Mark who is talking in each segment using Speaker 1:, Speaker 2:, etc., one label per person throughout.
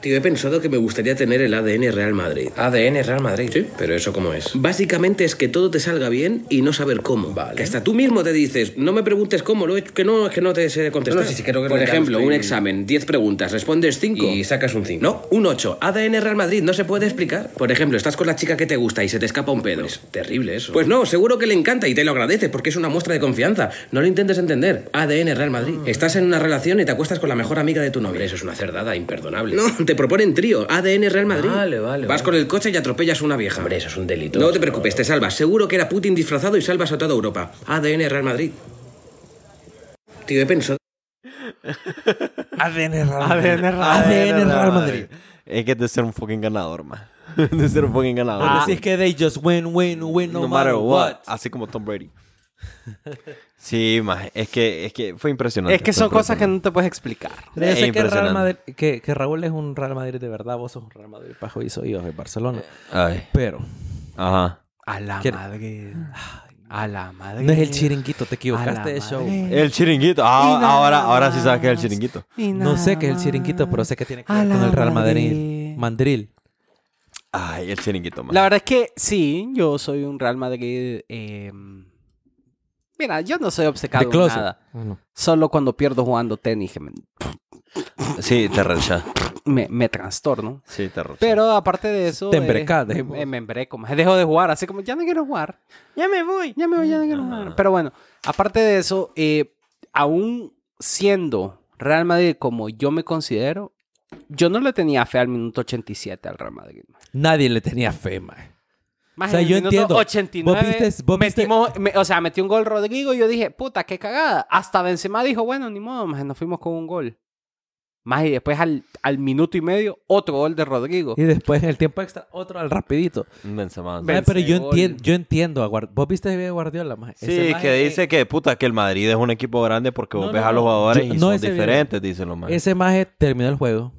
Speaker 1: Tío, he pensado que me gustaría tener el ADN Real Madrid.
Speaker 2: ADN Real Madrid.
Speaker 1: Sí.
Speaker 2: Pero eso cómo es.
Speaker 1: Básicamente es que todo te salga bien y no saber cómo.
Speaker 2: Vale.
Speaker 1: Que hasta tú mismo te dices, no me preguntes cómo, lo he hecho, que no, es que no te sé contestar.
Speaker 2: No, no, sí, sí, creo que
Speaker 1: Por
Speaker 2: le damos
Speaker 1: ejemplo, un
Speaker 2: play.
Speaker 1: examen, 10 preguntas, respondes 5.
Speaker 2: Y sacas un 5.
Speaker 1: No, un 8. ADN Real Madrid no se puede explicar. Por ejemplo, estás con la chica que te gusta y se te escapa un pedo.
Speaker 2: Es terrible eso.
Speaker 1: Pues no, seguro que le encanta y te lo agradece porque es una muestra de confianza. No lo intentes entender. ADN Real Madrid. Estás en una relación y te acuestas con la mejor amiga de tu novia.
Speaker 2: Ah. eso es una cerdada imperdonable.
Speaker 1: No, te proponen trío. ADN Real Madrid.
Speaker 2: Vale, vale,
Speaker 1: Vas
Speaker 2: vale.
Speaker 1: con el coche y atropellas a una vieja.
Speaker 2: Hombre, eso es un delito.
Speaker 1: No te preocupes, te salvas. Seguro que era Putin disfrazado y salvas a toda Europa. ADN Real Madrid. Tío, he pensado.
Speaker 3: ADN Real Madrid.
Speaker 4: ADN Real
Speaker 3: ADN Real Madrid.
Speaker 5: Es que de ser un fucking ganador, man. De ser un fucking ganador.
Speaker 3: Así es Ah, que they just win, win, win, no, matter what.
Speaker 5: Así como Tom Brady. Sí, más. Es que, es que fue impresionante.
Speaker 4: Es que
Speaker 5: fue
Speaker 4: son cosas que
Speaker 5: impresionante.
Speaker 4: no te puedes explicar.
Speaker 5: Es
Speaker 3: Debe ser que, el Real
Speaker 5: impresionante.
Speaker 3: Madrid, que, que Raúl es un Real Madrid de verdad, vos sos un Real Madrid pajo y soy yo de Barcelona.
Speaker 5: Ay,
Speaker 3: Pero
Speaker 5: ajá.
Speaker 4: A la
Speaker 3: ¿Quién?
Speaker 4: madre. A la madre.
Speaker 3: no es el chiringuito, te
Speaker 4: A
Speaker 3: equivocaste
Speaker 4: la
Speaker 3: de show.
Speaker 4: madre.
Speaker 5: El chiringuito. Ah,
Speaker 4: Y nada
Speaker 5: ahora, ahora sí sabes que es el
Speaker 4: más.
Speaker 5: chiringuito.
Speaker 3: No sé qué es el chiringuito, pero sé que tiene que ver con el Real Madrid. Mandril.
Speaker 5: Ay, el chiringuito, man.
Speaker 4: La verdad es que sí, yo soy un Real Madrid. eh, Mira, yo no soy obcecado
Speaker 3: De
Speaker 4: con
Speaker 3: closet.
Speaker 4: nada.
Speaker 3: Ah, no.
Speaker 4: Solo cuando pierdo jugando tenis que me,
Speaker 5: Sí, te rencha.
Speaker 4: me, me trastorno.
Speaker 5: Sí, te rencha.
Speaker 4: Pero aparte de eso.
Speaker 3: Te
Speaker 4: eh,
Speaker 3: embrecas,
Speaker 4: eh,
Speaker 3: dijimos.
Speaker 4: eh, me embreco. más. Dejo de jugar. Así como, ya no quiero jugar. Ya me voy. Ya me voy, ya no quiero jugar. Pero bueno, aparte de eso, eh, aún siendo Real Madrid como yo me considero, yo no le tenía fe al minuto 87 al Real Madrid.
Speaker 3: Nadie le tenía fe, man.
Speaker 4: Más
Speaker 3: O sea,
Speaker 4: en el
Speaker 3: yo
Speaker 4: minuto
Speaker 3: entiendo.
Speaker 4: 89,
Speaker 3: Vos viste- vos viste-
Speaker 4: metimos- me- o sea, metió un gol Rodrigo y yo dije, puta, qué cagada. Hasta Benzema dijo, bueno, ni modo, más nos fuimos con un gol. Más y después al, al minuto y medio, otro gol de Rodrigo.
Speaker 3: Y después en el tiempo extra, otro al rapidito.
Speaker 5: Benzema.
Speaker 4: Ve-
Speaker 3: Mae, pero yo,
Speaker 4: gol.
Speaker 3: entien- yo entiendo a Guardiola. Vos viste el video de Guardiola, mae? Ese
Speaker 5: Sí,
Speaker 3: mae
Speaker 5: que
Speaker 3: es-
Speaker 5: dice que puta que el Madrid es un equipo grande porque vos
Speaker 3: No,
Speaker 5: ves
Speaker 3: no,
Speaker 5: a los
Speaker 3: no.
Speaker 5: jugadores
Speaker 3: Yo-
Speaker 5: y
Speaker 3: no
Speaker 5: son
Speaker 3: ese video.
Speaker 5: diferentes, dicen los manes.
Speaker 3: Ese maje terminó el juego,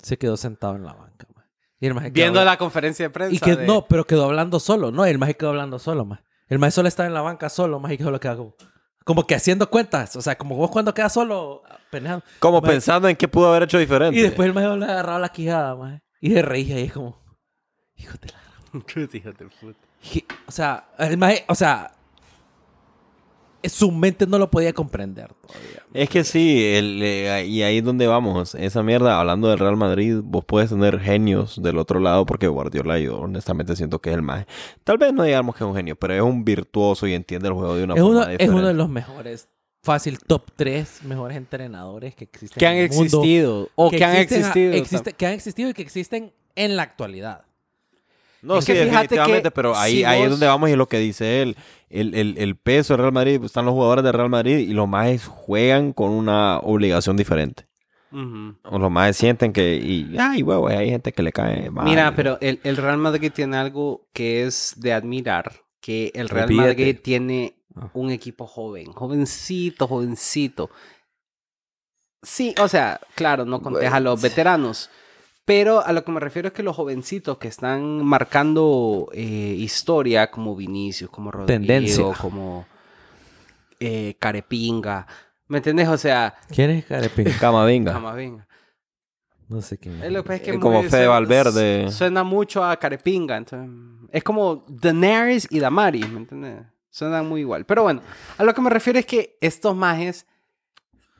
Speaker 3: se quedó sentado en la banca, mae. Y el maje quedó-
Speaker 4: Viendo la conferencia de prensa.
Speaker 3: Y que
Speaker 4: de-
Speaker 3: no, pero quedó hablando solo, no, el maje quedó hablando solo, más. El maje solo estaba en la banca solo, más y que solo quedaba como, como que haciendo cuentas, o sea, como vos cuando quedas solo pendejo.
Speaker 5: Como
Speaker 3: Mae,
Speaker 5: pensando en qué pudo haber hecho diferente.
Speaker 3: Y después el maje le agarraba la quijada, más. Y se reía y es como, hijo de la Y- O sea, el maje, o sea, su mente no lo podía comprender todavía.
Speaker 5: Es que sí, el, eh, y ahí es donde vamos. Esa mierda, hablando del Real Madrid, vos puedes tener genios del otro lado porque Guardiola yo honestamente siento que es el más. Tal vez no digamos que es un genio, pero es un virtuoso y entiende el juego de una
Speaker 3: es,
Speaker 5: forma
Speaker 3: uno, es
Speaker 5: diferente.
Speaker 3: uno de los mejores, fácil, top 3 mejores entrenadores que existen.
Speaker 4: que han
Speaker 3: en el mundo.
Speaker 4: existido. O que, han
Speaker 3: existen a-
Speaker 4: existido.
Speaker 3: existe- que han existido y que existen en la actualidad.
Speaker 5: No,
Speaker 4: Es
Speaker 5: sí,
Speaker 4: que fíjate
Speaker 5: definitivamente,
Speaker 4: que
Speaker 5: pero ahí,
Speaker 4: si
Speaker 5: ahí es
Speaker 4: vos-
Speaker 5: donde vamos y lo que dice él. El, el- el peso del Real Madrid, están los jugadores del Real Madrid y los más juegan con una obligación diferente.
Speaker 4: Ujú.
Speaker 5: O los más sienten que, y, ay, huevo, hay gente que le cae mal.
Speaker 4: Mira, pero el, el Real Madrid tiene algo que es de admirar. Que el Real
Speaker 3: Repídete.
Speaker 4: Madrid tiene
Speaker 3: Ah.
Speaker 4: un equipo joven. Jovencito, jovencito. Sí, o sea, claro, no contés a los veteranos. Pero a lo que me refiero es que los jovencitos que están marcando eh, historia, como Vinicius, como Rodrigo,
Speaker 3: Tendencia.
Speaker 4: como eh, Carepinga, ¿me entendés? O sea,
Speaker 3: ¿Quién es Carepín?
Speaker 5: Camavinga.
Speaker 4: Camavinga.
Speaker 3: No sé quién
Speaker 4: Eh, lo que pasa es que
Speaker 5: Eh, como
Speaker 4: muy-
Speaker 5: Fede
Speaker 4: su-
Speaker 5: Valverde.
Speaker 4: su- Suena mucho a Carepinga. entonces, es como Daenerys y Damaris, ¿me entiendes? Suenan muy igual. Pero bueno, a lo que me refiero es que estos majes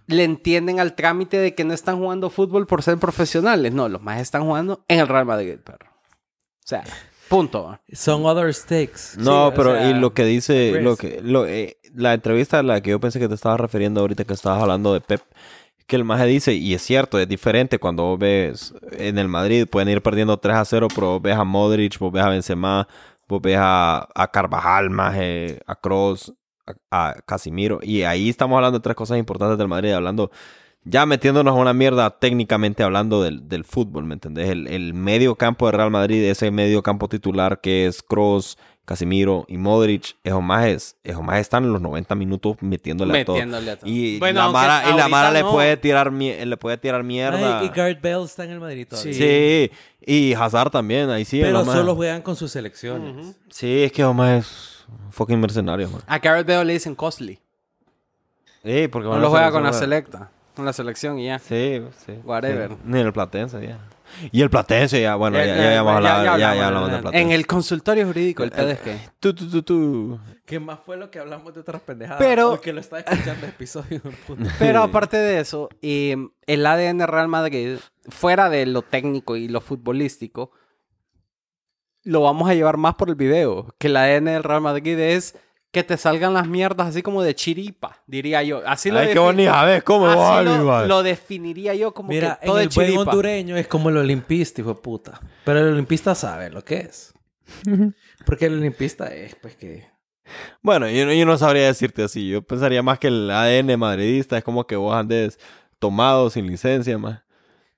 Speaker 4: le entienden al trámite de que no están jugando fútbol por ser profesionales. No, los majes están jugando en el Real Madrid, perro. O sea, punto.
Speaker 3: Son other stakes.
Speaker 5: No,
Speaker 4: Pues, Sí, o
Speaker 5: pero
Speaker 4: sea, pues,
Speaker 5: y lo que dice,
Speaker 4: Chris.
Speaker 5: lo que, lo, eh, la entrevista a la que yo pensé que te estabas refiriendo ahorita que estabas hablando de Pep, que el Maje dice, y es cierto, es diferente cuando vos ves en el Madrid, pueden ir perdiendo 3 a 0, pero vos ves a Modric, vos ves a Benzema, vos ves a, a Carvajal, Maje, a Cross, a, a Casimiro, y ahí estamos hablando de tres cosas importantes del Madrid, hablando ya metiéndonos a una mierda técnicamente hablando del, del fútbol, ¿me entendés? El, el medio campo de Real Madrid, ese medio campo titular que es Cross, Casimiro y Modric, esos majes, esos majes están en los 90 minutos metiéndole,
Speaker 4: Metiéndole a
Speaker 5: a
Speaker 4: todo.
Speaker 5: todo. Y
Speaker 4: Bueno,
Speaker 5: la
Speaker 4: aunque
Speaker 5: Mara, y la
Speaker 4: ahorita
Speaker 5: Mara le,
Speaker 4: no.
Speaker 5: puede tirar, mie- le puede tirar mierda.
Speaker 3: Ay, y Gareth Bale está en el Madrid todavía.
Speaker 5: Sí, y Hazard también, ahí sí.
Speaker 3: Pero
Speaker 5: los majes.
Speaker 3: solo juegan con sus selecciones.
Speaker 5: Sí, es que esos majes fucking mercenarios, man.
Speaker 4: A Gareth Bale le dicen Costly.
Speaker 5: Sí, porque
Speaker 4: No
Speaker 5: van a
Speaker 4: lo
Speaker 5: hacer
Speaker 4: juega
Speaker 5: eso,
Speaker 4: con la
Speaker 5: man.
Speaker 4: selecta. Con la selección y ya.
Speaker 5: Sí, sí.
Speaker 4: Whatever.
Speaker 5: sí. Ni en el Platense, ya. Y el platense, ya, bueno, ya, ya, ya, vamos a hablar- ya, ya hablamos de platense.
Speaker 4: En el consultorio jurídico, el pedo es que...
Speaker 5: Tú, tú, tú, tú.
Speaker 3: ¿Qué más fue lo que hablamos de otras pendejadas?
Speaker 4: Pero-
Speaker 3: Porque lo está escuchando el episodio. puta.
Speaker 4: Pero aparte de eso, eh, el ADN Real Madrid, fuera de lo técnico y lo futbolístico, lo vamos a llevar más por el video. Que el ADN del Real Madrid es que te salgan las mierdas así como de chiripa, diría yo. Así lo,
Speaker 5: Ay, qué
Speaker 4: defini-
Speaker 5: bonita, ¿ves? ¿Cómo va,
Speaker 4: así
Speaker 5: mi
Speaker 4: lo,
Speaker 5: madre?
Speaker 4: lo definiría yo como
Speaker 3: Mira,
Speaker 4: que todo
Speaker 3: en el
Speaker 4: de
Speaker 3: buen
Speaker 4: chiripa.
Speaker 3: hondureño es como el olimpista, hijo de puta. Pero el olimpista sabe lo que es. Porque el olimpista es, pues, que...
Speaker 5: Bueno, yo, no- yo no sabría decirte así. Yo pensaría más que el ADN madridista es como que vos andes tomado sin licencia, más.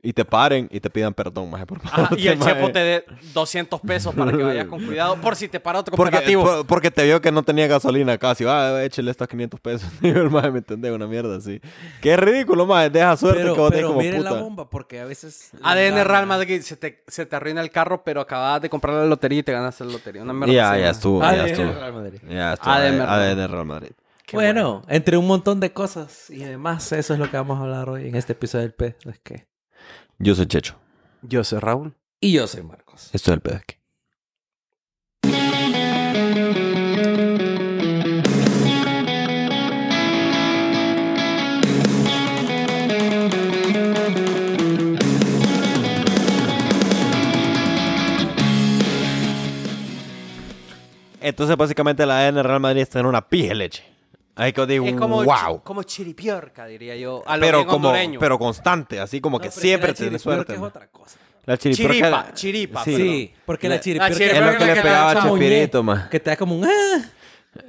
Speaker 5: Y te paren y te pidan perdón, más. eh. Por
Speaker 4: Ajá, y
Speaker 5: pararte,
Speaker 4: el
Speaker 5: maje.
Speaker 4: chepo te dé 200 pesos para que vayas con cuidado por si te para otro
Speaker 5: porque,
Speaker 4: cooperativo.
Speaker 5: por- porque te vio que no tenía gasolina casi. Ah, échale estos 500 pesos. Y el maje, ¿me entendés? Una mierda así. Qué ridículo, maje. Deja suerte
Speaker 3: Pero,
Speaker 5: que vos tenés
Speaker 3: pero
Speaker 5: como
Speaker 3: miren
Speaker 5: puta.
Speaker 3: la bomba, porque a veces...
Speaker 4: ADN Real Madrid, se te, se te arruina el carro, pero acabas de comprar la lotería y te ganaste la lotería. Una mierda
Speaker 5: Ya,
Speaker 4: así,
Speaker 5: ya
Speaker 4: ¿no?
Speaker 5: estuvo, ya
Speaker 3: ADN
Speaker 5: estuvo.
Speaker 3: Real Madrid.
Speaker 5: Ya estuvo. eh,
Speaker 4: ADN Ah, Real Madrid.
Speaker 5: ADN Real Madrid.
Speaker 4: Qué
Speaker 3: Bueno, entre un montón de cosas y demás, eso es lo que vamos a hablar hoy en este episodio del P. Es que...
Speaker 5: Yo soy Checho.
Speaker 4: Yo soy Raúl.
Speaker 3: Y yo soy Marcos.
Speaker 5: Esto es el pedo aquí. Entonces, básicamente, la ADN Real Madrid está en una pija de leche. Ahí que os digo,
Speaker 4: Es como,
Speaker 5: wow.
Speaker 4: chi- como chiripiorca, diría yo. A lo
Speaker 5: Pero,
Speaker 4: bien
Speaker 5: como,
Speaker 4: hondureño.
Speaker 5: pero constante, así como que siempre tiene suerte.
Speaker 3: Es
Speaker 5: ¿no?
Speaker 3: otra cosa.
Speaker 5: La
Speaker 4: Chiripa, chiripa,
Speaker 5: Sí,
Speaker 3: Sí, porque la
Speaker 5: La-
Speaker 3: chiripiorca...
Speaker 4: la chiripiorca
Speaker 5: es lo que le
Speaker 4: que
Speaker 5: pegaba a
Speaker 4: lanza
Speaker 5: Chespirito, más.
Speaker 3: Que te da como un... "Ah".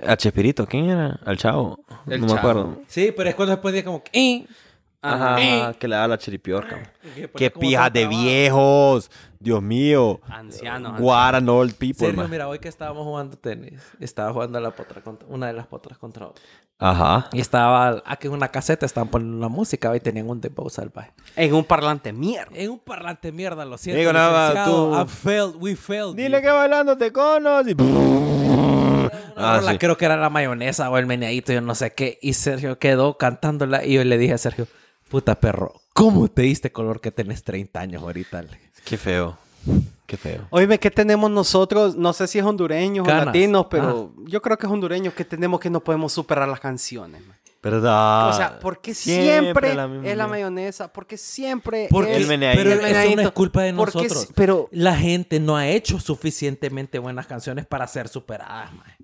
Speaker 5: A Chespirito, ¿quién era? Al chavo.
Speaker 4: El
Speaker 5: no
Speaker 4: chavo.
Speaker 5: me acuerdo.
Speaker 3: Sí, pero es cuando después de como... "Eh".
Speaker 5: Ajá, que le da la chiripiorca.
Speaker 3: que "Ah, pone
Speaker 5: Qué
Speaker 3: como
Speaker 5: pijas
Speaker 3: todo
Speaker 5: de
Speaker 3: trabado.
Speaker 5: viejos. Dios mío.
Speaker 4: Ancianos.
Speaker 5: What an old people,
Speaker 3: Sergio,
Speaker 5: man.
Speaker 3: mira, hoy que estábamos jugando tenis, estaba jugando la potra contra, una de las potras contra otra.
Speaker 5: Ajá.
Speaker 3: Y estaba aquí en una caseta, estaban poniendo una música y tenían un dembow salvaje.
Speaker 4: En un parlante mierda.
Speaker 3: En un parlante mierda, lo siento.
Speaker 5: Digo, nada,
Speaker 3: licenciado,
Speaker 5: tú-
Speaker 3: I failed, we failed. you.
Speaker 5: bailando te conos. Y...
Speaker 3: Una
Speaker 5: Ah,
Speaker 3: rola,
Speaker 5: sí.
Speaker 3: Creo que era la mayonesa o el meneadito, yo no sé qué. Y Sergio quedó cantándola y yo le dije a Sergio, puta perro, ¿cómo te diste color que tenés 30 años ahorita? le?
Speaker 5: Qué feo. Qué feo.
Speaker 4: Oíme, ¿qué tenemos nosotros? No sé si es hondureños
Speaker 3: Canas.
Speaker 4: o latinos, pero yo creo que es hondureño. ¿Qué tenemos que no podemos superar las canciones? man?
Speaker 5: ¿Verdad?
Speaker 4: o sea, ¿por qué siempre,
Speaker 5: Ah. misma
Speaker 4: es la
Speaker 5: mierda.
Speaker 4: mayonesa? ¿Por qué siempre
Speaker 3: Porque,
Speaker 4: es
Speaker 5: El meneadito.
Speaker 3: Pero
Speaker 4: el
Speaker 3: eso no es
Speaker 4: meneadito?
Speaker 3: culpa de
Speaker 4: ¿Por qué
Speaker 3: nosotros.
Speaker 4: si- Pero
Speaker 3: La gente no ha hecho suficientemente buenas canciones para ser superadas, mae.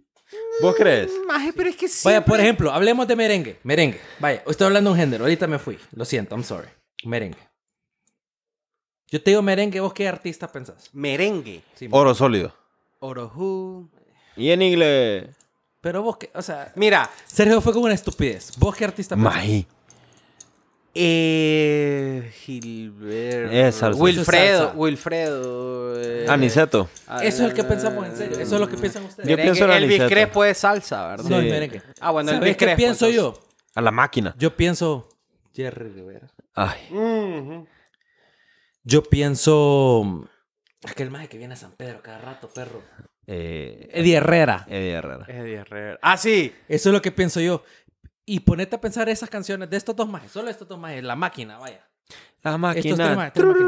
Speaker 5: ¿Vos crees?
Speaker 4: Maje, pero es que sí.
Speaker 3: Vaya, por ejemplo, hablemos de merengue. Merengue. Vaya, estoy hablando de un género. Ahorita me fui. Lo siento, I'm sorry. Merengue. Yo te digo merengue, ¿vos qué artista pensás?
Speaker 4: Merengue.
Speaker 3: Sí,
Speaker 5: Oro sólido.
Speaker 4: Orojú.
Speaker 5: Y en inglés.
Speaker 3: Pero vos qué, o sea...
Speaker 4: Mira,
Speaker 3: Sergio fue como una estupidez. ¿Vos qué artista pensás?
Speaker 5: Maí.
Speaker 4: eh, Gilberto.
Speaker 5: Es salsa.
Speaker 3: Eso es
Speaker 4: Wilfredo.
Speaker 3: salsa.
Speaker 4: Wilfredo. eh,
Speaker 5: Aniceto.
Speaker 4: Ah,
Speaker 3: Eso es el que pensamos, en serio. Eso es lo que piensan ustedes.
Speaker 5: Yo
Speaker 4: merengue.
Speaker 5: pienso en
Speaker 4: el
Speaker 5: Aniceto.
Speaker 4: Crespo es salsa, ¿verdad?
Speaker 3: No,
Speaker 5: Sí.
Speaker 3: es merengue.
Speaker 4: Ah, bueno, el
Speaker 3: ¿Sabés
Speaker 4: Luis
Speaker 3: qué
Speaker 4: Crespo,
Speaker 3: pienso yo?
Speaker 5: A la máquina.
Speaker 3: Yo pienso... Jerry Rivera.
Speaker 5: Ay.
Speaker 3: Yo pienso... mm, Aquel maje que viene a San Pedro cada rato, perro.
Speaker 5: Eh,
Speaker 3: Eddie Herrera.
Speaker 5: Eddie Herrera.
Speaker 4: Eddie Herrera. Ah, sí.
Speaker 3: Eso es lo que pienso yo. Y ponete a pensar esas canciones de estos dos majes, solo estos dos majes, la máquina, vaya.
Speaker 5: La
Speaker 3: Estos tres majes, tres máquinas.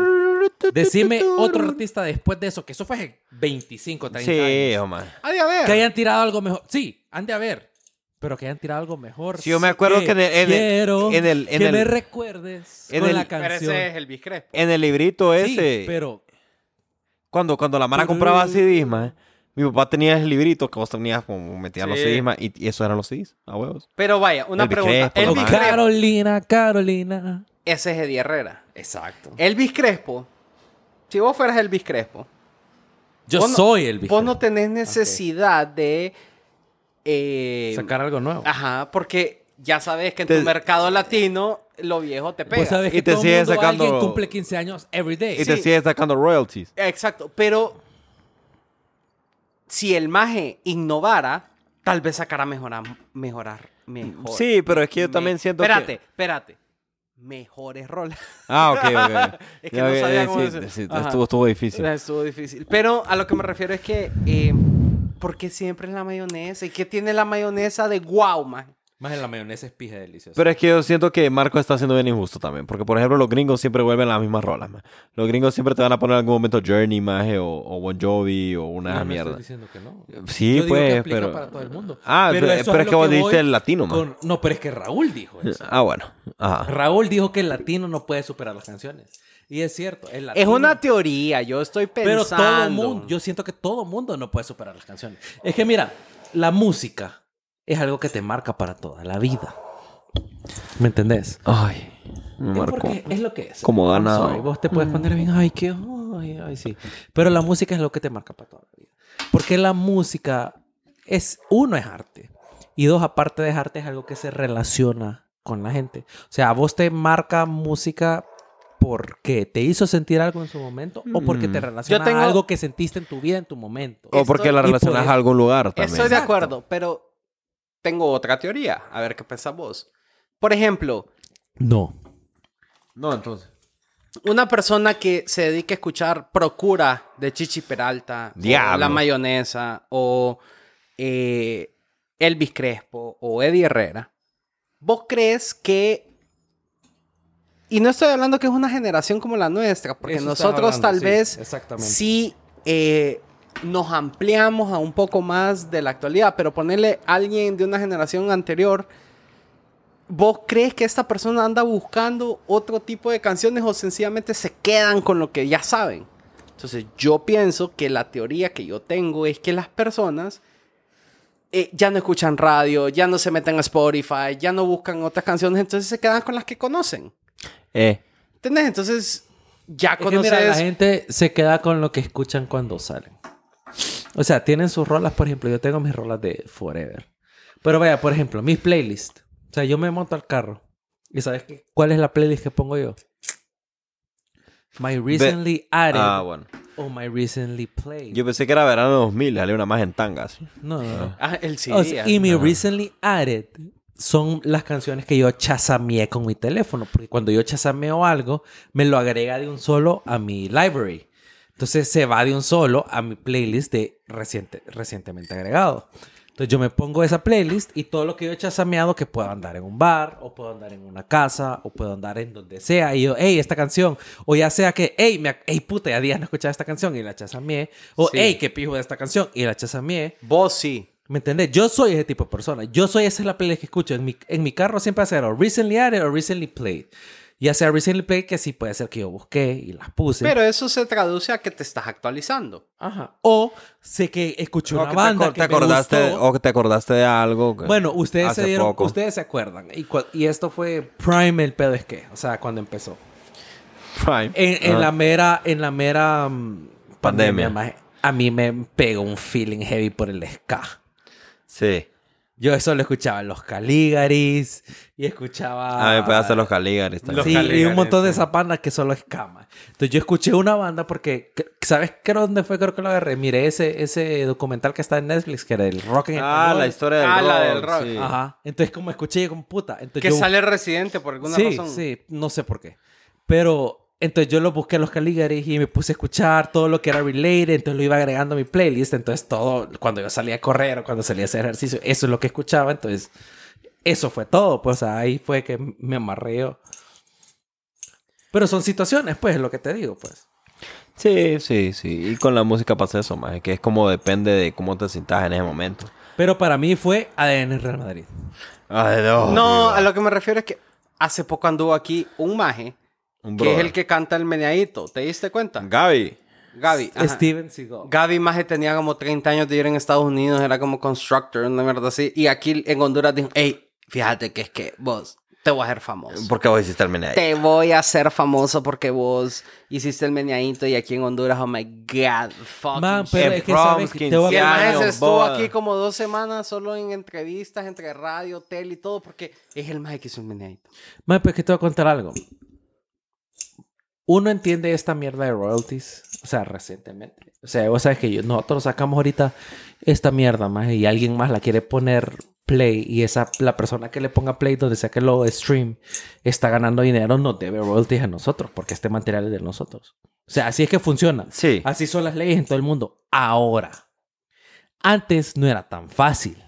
Speaker 3: Decime otro artista después de eso, que eso fue hace 25, 30
Speaker 5: Sí,
Speaker 3: años.
Speaker 5: hombre.
Speaker 4: Ah, de a ver.
Speaker 3: Que hayan tirado algo mejor. Sí, han de haber. Pero que hayan tirado algo mejor.
Speaker 5: Sí, yo me acuerdo que en el- en el-
Speaker 3: quiero
Speaker 5: en el- en
Speaker 3: que
Speaker 5: el-
Speaker 3: me recuerdes
Speaker 5: en
Speaker 3: con
Speaker 5: el-
Speaker 3: la
Speaker 5: Pero
Speaker 4: Pero
Speaker 3: canción.
Speaker 4: ese es Elvis Crespo.
Speaker 5: En el librito
Speaker 3: Sí,
Speaker 5: ese.
Speaker 3: pero
Speaker 5: Cuando, cuando la Mara compraba CDs, ma, mi papá tenía el librito que vos tenías como metías los
Speaker 4: Sí.
Speaker 5: CDs, ma, y, y eso eran los CDs, a huevos.
Speaker 4: Pero vaya, una
Speaker 5: Elvis
Speaker 4: pregunta.
Speaker 5: Crespo,
Speaker 4: Elvis
Speaker 5: nomás.
Speaker 4: Crespo.
Speaker 3: Carolina, Carolina.
Speaker 4: Ese es Eddie Herrera.
Speaker 3: Exacto.
Speaker 4: Elvis Crespo. Si vos fueras Elvis Crespo,
Speaker 3: Yo
Speaker 4: Vos no-
Speaker 3: soy el
Speaker 4: vos no tenés necesidad de. eh,
Speaker 3: Sacar algo nuevo.
Speaker 4: Ajá, porque ya sabes que en
Speaker 5: Te-
Speaker 4: tu mercado latino lo viejo te pega.
Speaker 3: Pues sabes
Speaker 5: Y
Speaker 3: que
Speaker 5: te
Speaker 3: todo
Speaker 5: sigue
Speaker 3: mundo,
Speaker 5: sacando-
Speaker 3: alguien cumple 15 años every day.
Speaker 5: Y te
Speaker 4: Sí.
Speaker 5: sigues sacando royalties.
Speaker 4: Exacto, pero si el maje innovara, tal vez sacara mejorar, mejorar, mejor.
Speaker 5: Sí, pero es que yo también
Speaker 4: me-
Speaker 5: siento
Speaker 4: espérate,
Speaker 5: que...
Speaker 4: Espérate, Mejores roles.
Speaker 5: Ah, ok, ok.
Speaker 4: Es que no sabía
Speaker 5: eh,
Speaker 4: cómo
Speaker 5: sí,
Speaker 4: decir.
Speaker 5: sí,
Speaker 4: Ajá.
Speaker 5: estuvo, estuvo difícil.
Speaker 4: Estuvo difícil. Pero a lo que em, me refiero es que, eh, ¿por qué siempre es la mayonesa? ¿Y qué tiene la mayonesa de guau, man?
Speaker 3: Más en la mayonesa es pija deliciosa.
Speaker 5: Pero es que yo siento que Marco está siendo bien injusto también. Porque, por ejemplo, los gringos siempre vuelven las mismas rolas, man. Los gringos siempre te van a poner en algún momento Journey, maje, o, o Bon Jovi, o una de esas
Speaker 3: no estoy
Speaker 5: mierdas.
Speaker 3: diciendo que no.
Speaker 5: Sí,
Speaker 3: Yo digo que
Speaker 5: pues,
Speaker 3: aplica
Speaker 5: pero-
Speaker 3: para todo el mundo.
Speaker 5: Ah, pero-
Speaker 3: eso
Speaker 5: pero es
Speaker 3: lo
Speaker 5: que vos dijiste
Speaker 3: voy
Speaker 5: el latino, man.
Speaker 3: con- No, pero es que Raúl dijo eso.
Speaker 5: Ah, bueno. Ajá.
Speaker 3: Raúl dijo que el latino no puede superar las canciones. Y es cierto. El
Speaker 4: Es
Speaker 3: latino,
Speaker 4: una teoría, yo estoy
Speaker 3: Pero
Speaker 4: pensando.
Speaker 3: todo mundo, yo siento que todo mundo no puede superar las canciones. Es que mira, la música es algo que te marca para toda la vida. ¿Me entendés?
Speaker 5: Ay,
Speaker 3: Es
Speaker 5: Marco.
Speaker 3: porque es lo que es.
Speaker 5: Como
Speaker 3: I'm
Speaker 5: ganado.
Speaker 3: sorry, Vos te puedes
Speaker 4: Mm.
Speaker 3: poner bien, ay, qué, ay, ay, sí. Pero la música es lo que te marca para toda la vida. Porque la música es, uno, es arte. Y dos, aparte de arte, es algo que se relaciona con la gente. O sea, a vos te marca música porque te hizo sentir algo en su momento o porque te
Speaker 5: Mm.
Speaker 3: relaciona
Speaker 4: tengo-
Speaker 3: a algo que sentiste en tu vida en tu momento.
Speaker 5: O
Speaker 3: y
Speaker 5: porque la
Speaker 4: Estoy-
Speaker 3: por
Speaker 5: relacionas
Speaker 3: eso-
Speaker 5: a algún lugar también.
Speaker 4: Estoy de acuerdo, pero tengo otra teoría. A ver qué pensás vos. Por ejemplo,
Speaker 3: No.
Speaker 5: No, entonces.
Speaker 4: una persona que se dedica a escuchar Procura de Chichi Peralta, o
Speaker 5: Diablo.
Speaker 4: La Mayonesa, o eh, Elvis Crespo, o Eddie Herrera, ¿vos crees que... Y no estoy hablando que es una generación como la nuestra, porque
Speaker 3: Eso estás
Speaker 4: nosotros
Speaker 3: hablando,
Speaker 4: tal
Speaker 3: sí,
Speaker 4: vez
Speaker 3: exactamente.
Speaker 4: sí eh, nos ampliamos a un poco más de la actualidad, pero ponerle a alguien de una generación anterior... ¿Vos crees que esta persona anda buscando otro tipo de canciones o sencillamente se quedan con lo que ya saben? Entonces yo pienso que la teoría que yo tengo es que las personas eh, ya no escuchan radio, ya no se meten a Spotify, ya no buscan otras canciones, entonces se quedan con las que conocen.
Speaker 5: Eh.
Speaker 4: ¿Entendés? Entonces ya
Speaker 3: Es que, mira, la
Speaker 4: conoces...
Speaker 3: gente se queda con lo que escuchan cuando salen. O sea, tienen sus rolas, por ejemplo, yo tengo mis rolas de Forever. Pero vaya, por ejemplo, mis playlists. O sea, yo me monto al carro. ¿Y sabes qué? cuál es la playlist que pongo yo? My Recently Added
Speaker 5: Ah, bueno.
Speaker 3: o My Recently Played.
Speaker 5: Yo pensé que era verano 2000, salió una más en tangas.
Speaker 3: No, no, no.
Speaker 4: Ah, el CD.
Speaker 3: O sea, y mi Recently Added son las canciones que yo chasameé con mi teléfono. Porque cuando yo chasameo algo, me lo agrega de un solo a mi library. Entonces se va de un solo a mi playlist de reciente, recientemente agregado. Entonces yo me pongo esa playlist y todo lo que yo he chasameado que puedo andar en un bar, o puedo andar en una casa, o puedo andar en donde sea. Y yo, hey, esta canción. O ya sea que, hey, me, ac- hey puta, ya días no escuchaba esta canción y la chasameé. O,
Speaker 4: Sí.
Speaker 3: hey, qué pijo de esta canción y la chasameé.
Speaker 4: Vos sí.
Speaker 3: ¿Me entendés? Yo soy ese tipo de persona. Yo soy esa es la playlist que escucho. En mi, en mi carro siempre hace o recently added o recently played. Ya sea recently played, que sí puede ser que yo busqué y las puse.
Speaker 4: Pero eso se traduce a que te estás actualizando.
Speaker 3: Ajá. O sé que escuché
Speaker 5: O
Speaker 3: una
Speaker 5: que te
Speaker 3: banda
Speaker 5: acor-
Speaker 3: que
Speaker 5: te
Speaker 3: me
Speaker 5: acordaste,
Speaker 3: gustó.
Speaker 5: O que te acordaste de algo. que-
Speaker 3: Bueno, ustedes
Speaker 5: hace
Speaker 3: se dieron,
Speaker 5: poco.
Speaker 3: ustedes se acuerdan. Y, cua- y esto fue prime el pedo es que, o sea, cuando empezó.
Speaker 5: Prime.
Speaker 3: En, en
Speaker 5: Ah.
Speaker 3: la mera, en la mera mm,
Speaker 5: Pandemia.
Speaker 3: maje, a mí me pegó un feeling heavy por el ska.
Speaker 5: Sí.
Speaker 3: Yo eso lo escuchaba en los Caligaris y escuchaba.
Speaker 5: Ah, me puede hacer los Caligaris también.
Speaker 3: sí, y un
Speaker 2: Caligaris,
Speaker 3: montón de
Speaker 2: sí.
Speaker 3: esas bandas que solo es cama. Entonces yo escuché una banda porque, que- ¿sabes qué era dónde fue? Creo que lo agarré. Miré ese, ese documental que está en Netflix, que era el rock en
Speaker 5: Ah,
Speaker 3: español.
Speaker 5: la historia del
Speaker 4: Ah,
Speaker 5: rock.
Speaker 4: la del rock.
Speaker 5: sí.
Speaker 3: Ajá. Entonces como escuché yo como puta. Entonces,
Speaker 4: Que
Speaker 3: yo-
Speaker 4: sale residente por alguna
Speaker 3: sí,
Speaker 4: razón.
Speaker 3: Sí, no sé por qué. Pero entonces yo lo busqué a los Caligaris y me puse a escuchar todo lo que era related, entonces lo iba agregando a mi playlist, entonces todo, cuando yo salía a correr o cuando salía a hacer ejercicio, eso es lo que escuchaba, entonces eso fue todo, pues o sea, ahí fue que me amarré yo. Pero son situaciones, pues, es lo que te digo, pues.
Speaker 5: Sí, sí, sí. Y con la música pasa eso, más. Que es como depende de cómo te sientas en ese momento.
Speaker 3: Pero para mí fue ADN Real Madrid.
Speaker 5: Ay, no.
Speaker 4: No,
Speaker 5: Dios.
Speaker 4: a lo que me refiero es que hace poco anduvo aquí un maje
Speaker 5: Un
Speaker 4: que es
Speaker 5: brother.
Speaker 4: el que canta el meneadito. ¿Te diste cuenta?
Speaker 5: Gaby.
Speaker 4: Gaby. ajá.
Speaker 3: Steven Seagal.
Speaker 4: Gaby Maje tenía como 30 años de ir en Estados Unidos, era como constructor, una mierda así. Y aquí en Honduras dijo, hey, fíjate que es que vos te voy a hacer famoso.
Speaker 5: ¿Por qué vos hiciste el meneadito?
Speaker 4: Te voy a hacer famoso porque vos hiciste el meneadito y aquí en Honduras, oh my God, fucking
Speaker 3: Man,
Speaker 4: shit.
Speaker 3: pero
Speaker 5: Eh,
Speaker 3: es que
Speaker 5: Proms,
Speaker 3: sabes que te voy a
Speaker 4: Y el
Speaker 5: años,
Speaker 4: maje se estuvo
Speaker 5: boda.
Speaker 4: aquí como dos semanas solo en entrevistas entre radio, tele y todo porque es el maje que hizo el meneadito.
Speaker 3: Mae, pero es que te voy a contar algo. Uno entiende esta mierda de royalties, o sea, recientemente. O sea, vos sabes que yo- nosotros sacamos ahorita esta mierda, más y alguien más la quiere poner play y esa la persona que le ponga play donde sea que lo stream está ganando dinero, nos debe royalties a nosotros, porque este material es de nosotros. O sea, así es que funciona.
Speaker 5: Sí.
Speaker 3: Así son las leyes en todo el mundo. Ahora, antes no era tan fácil.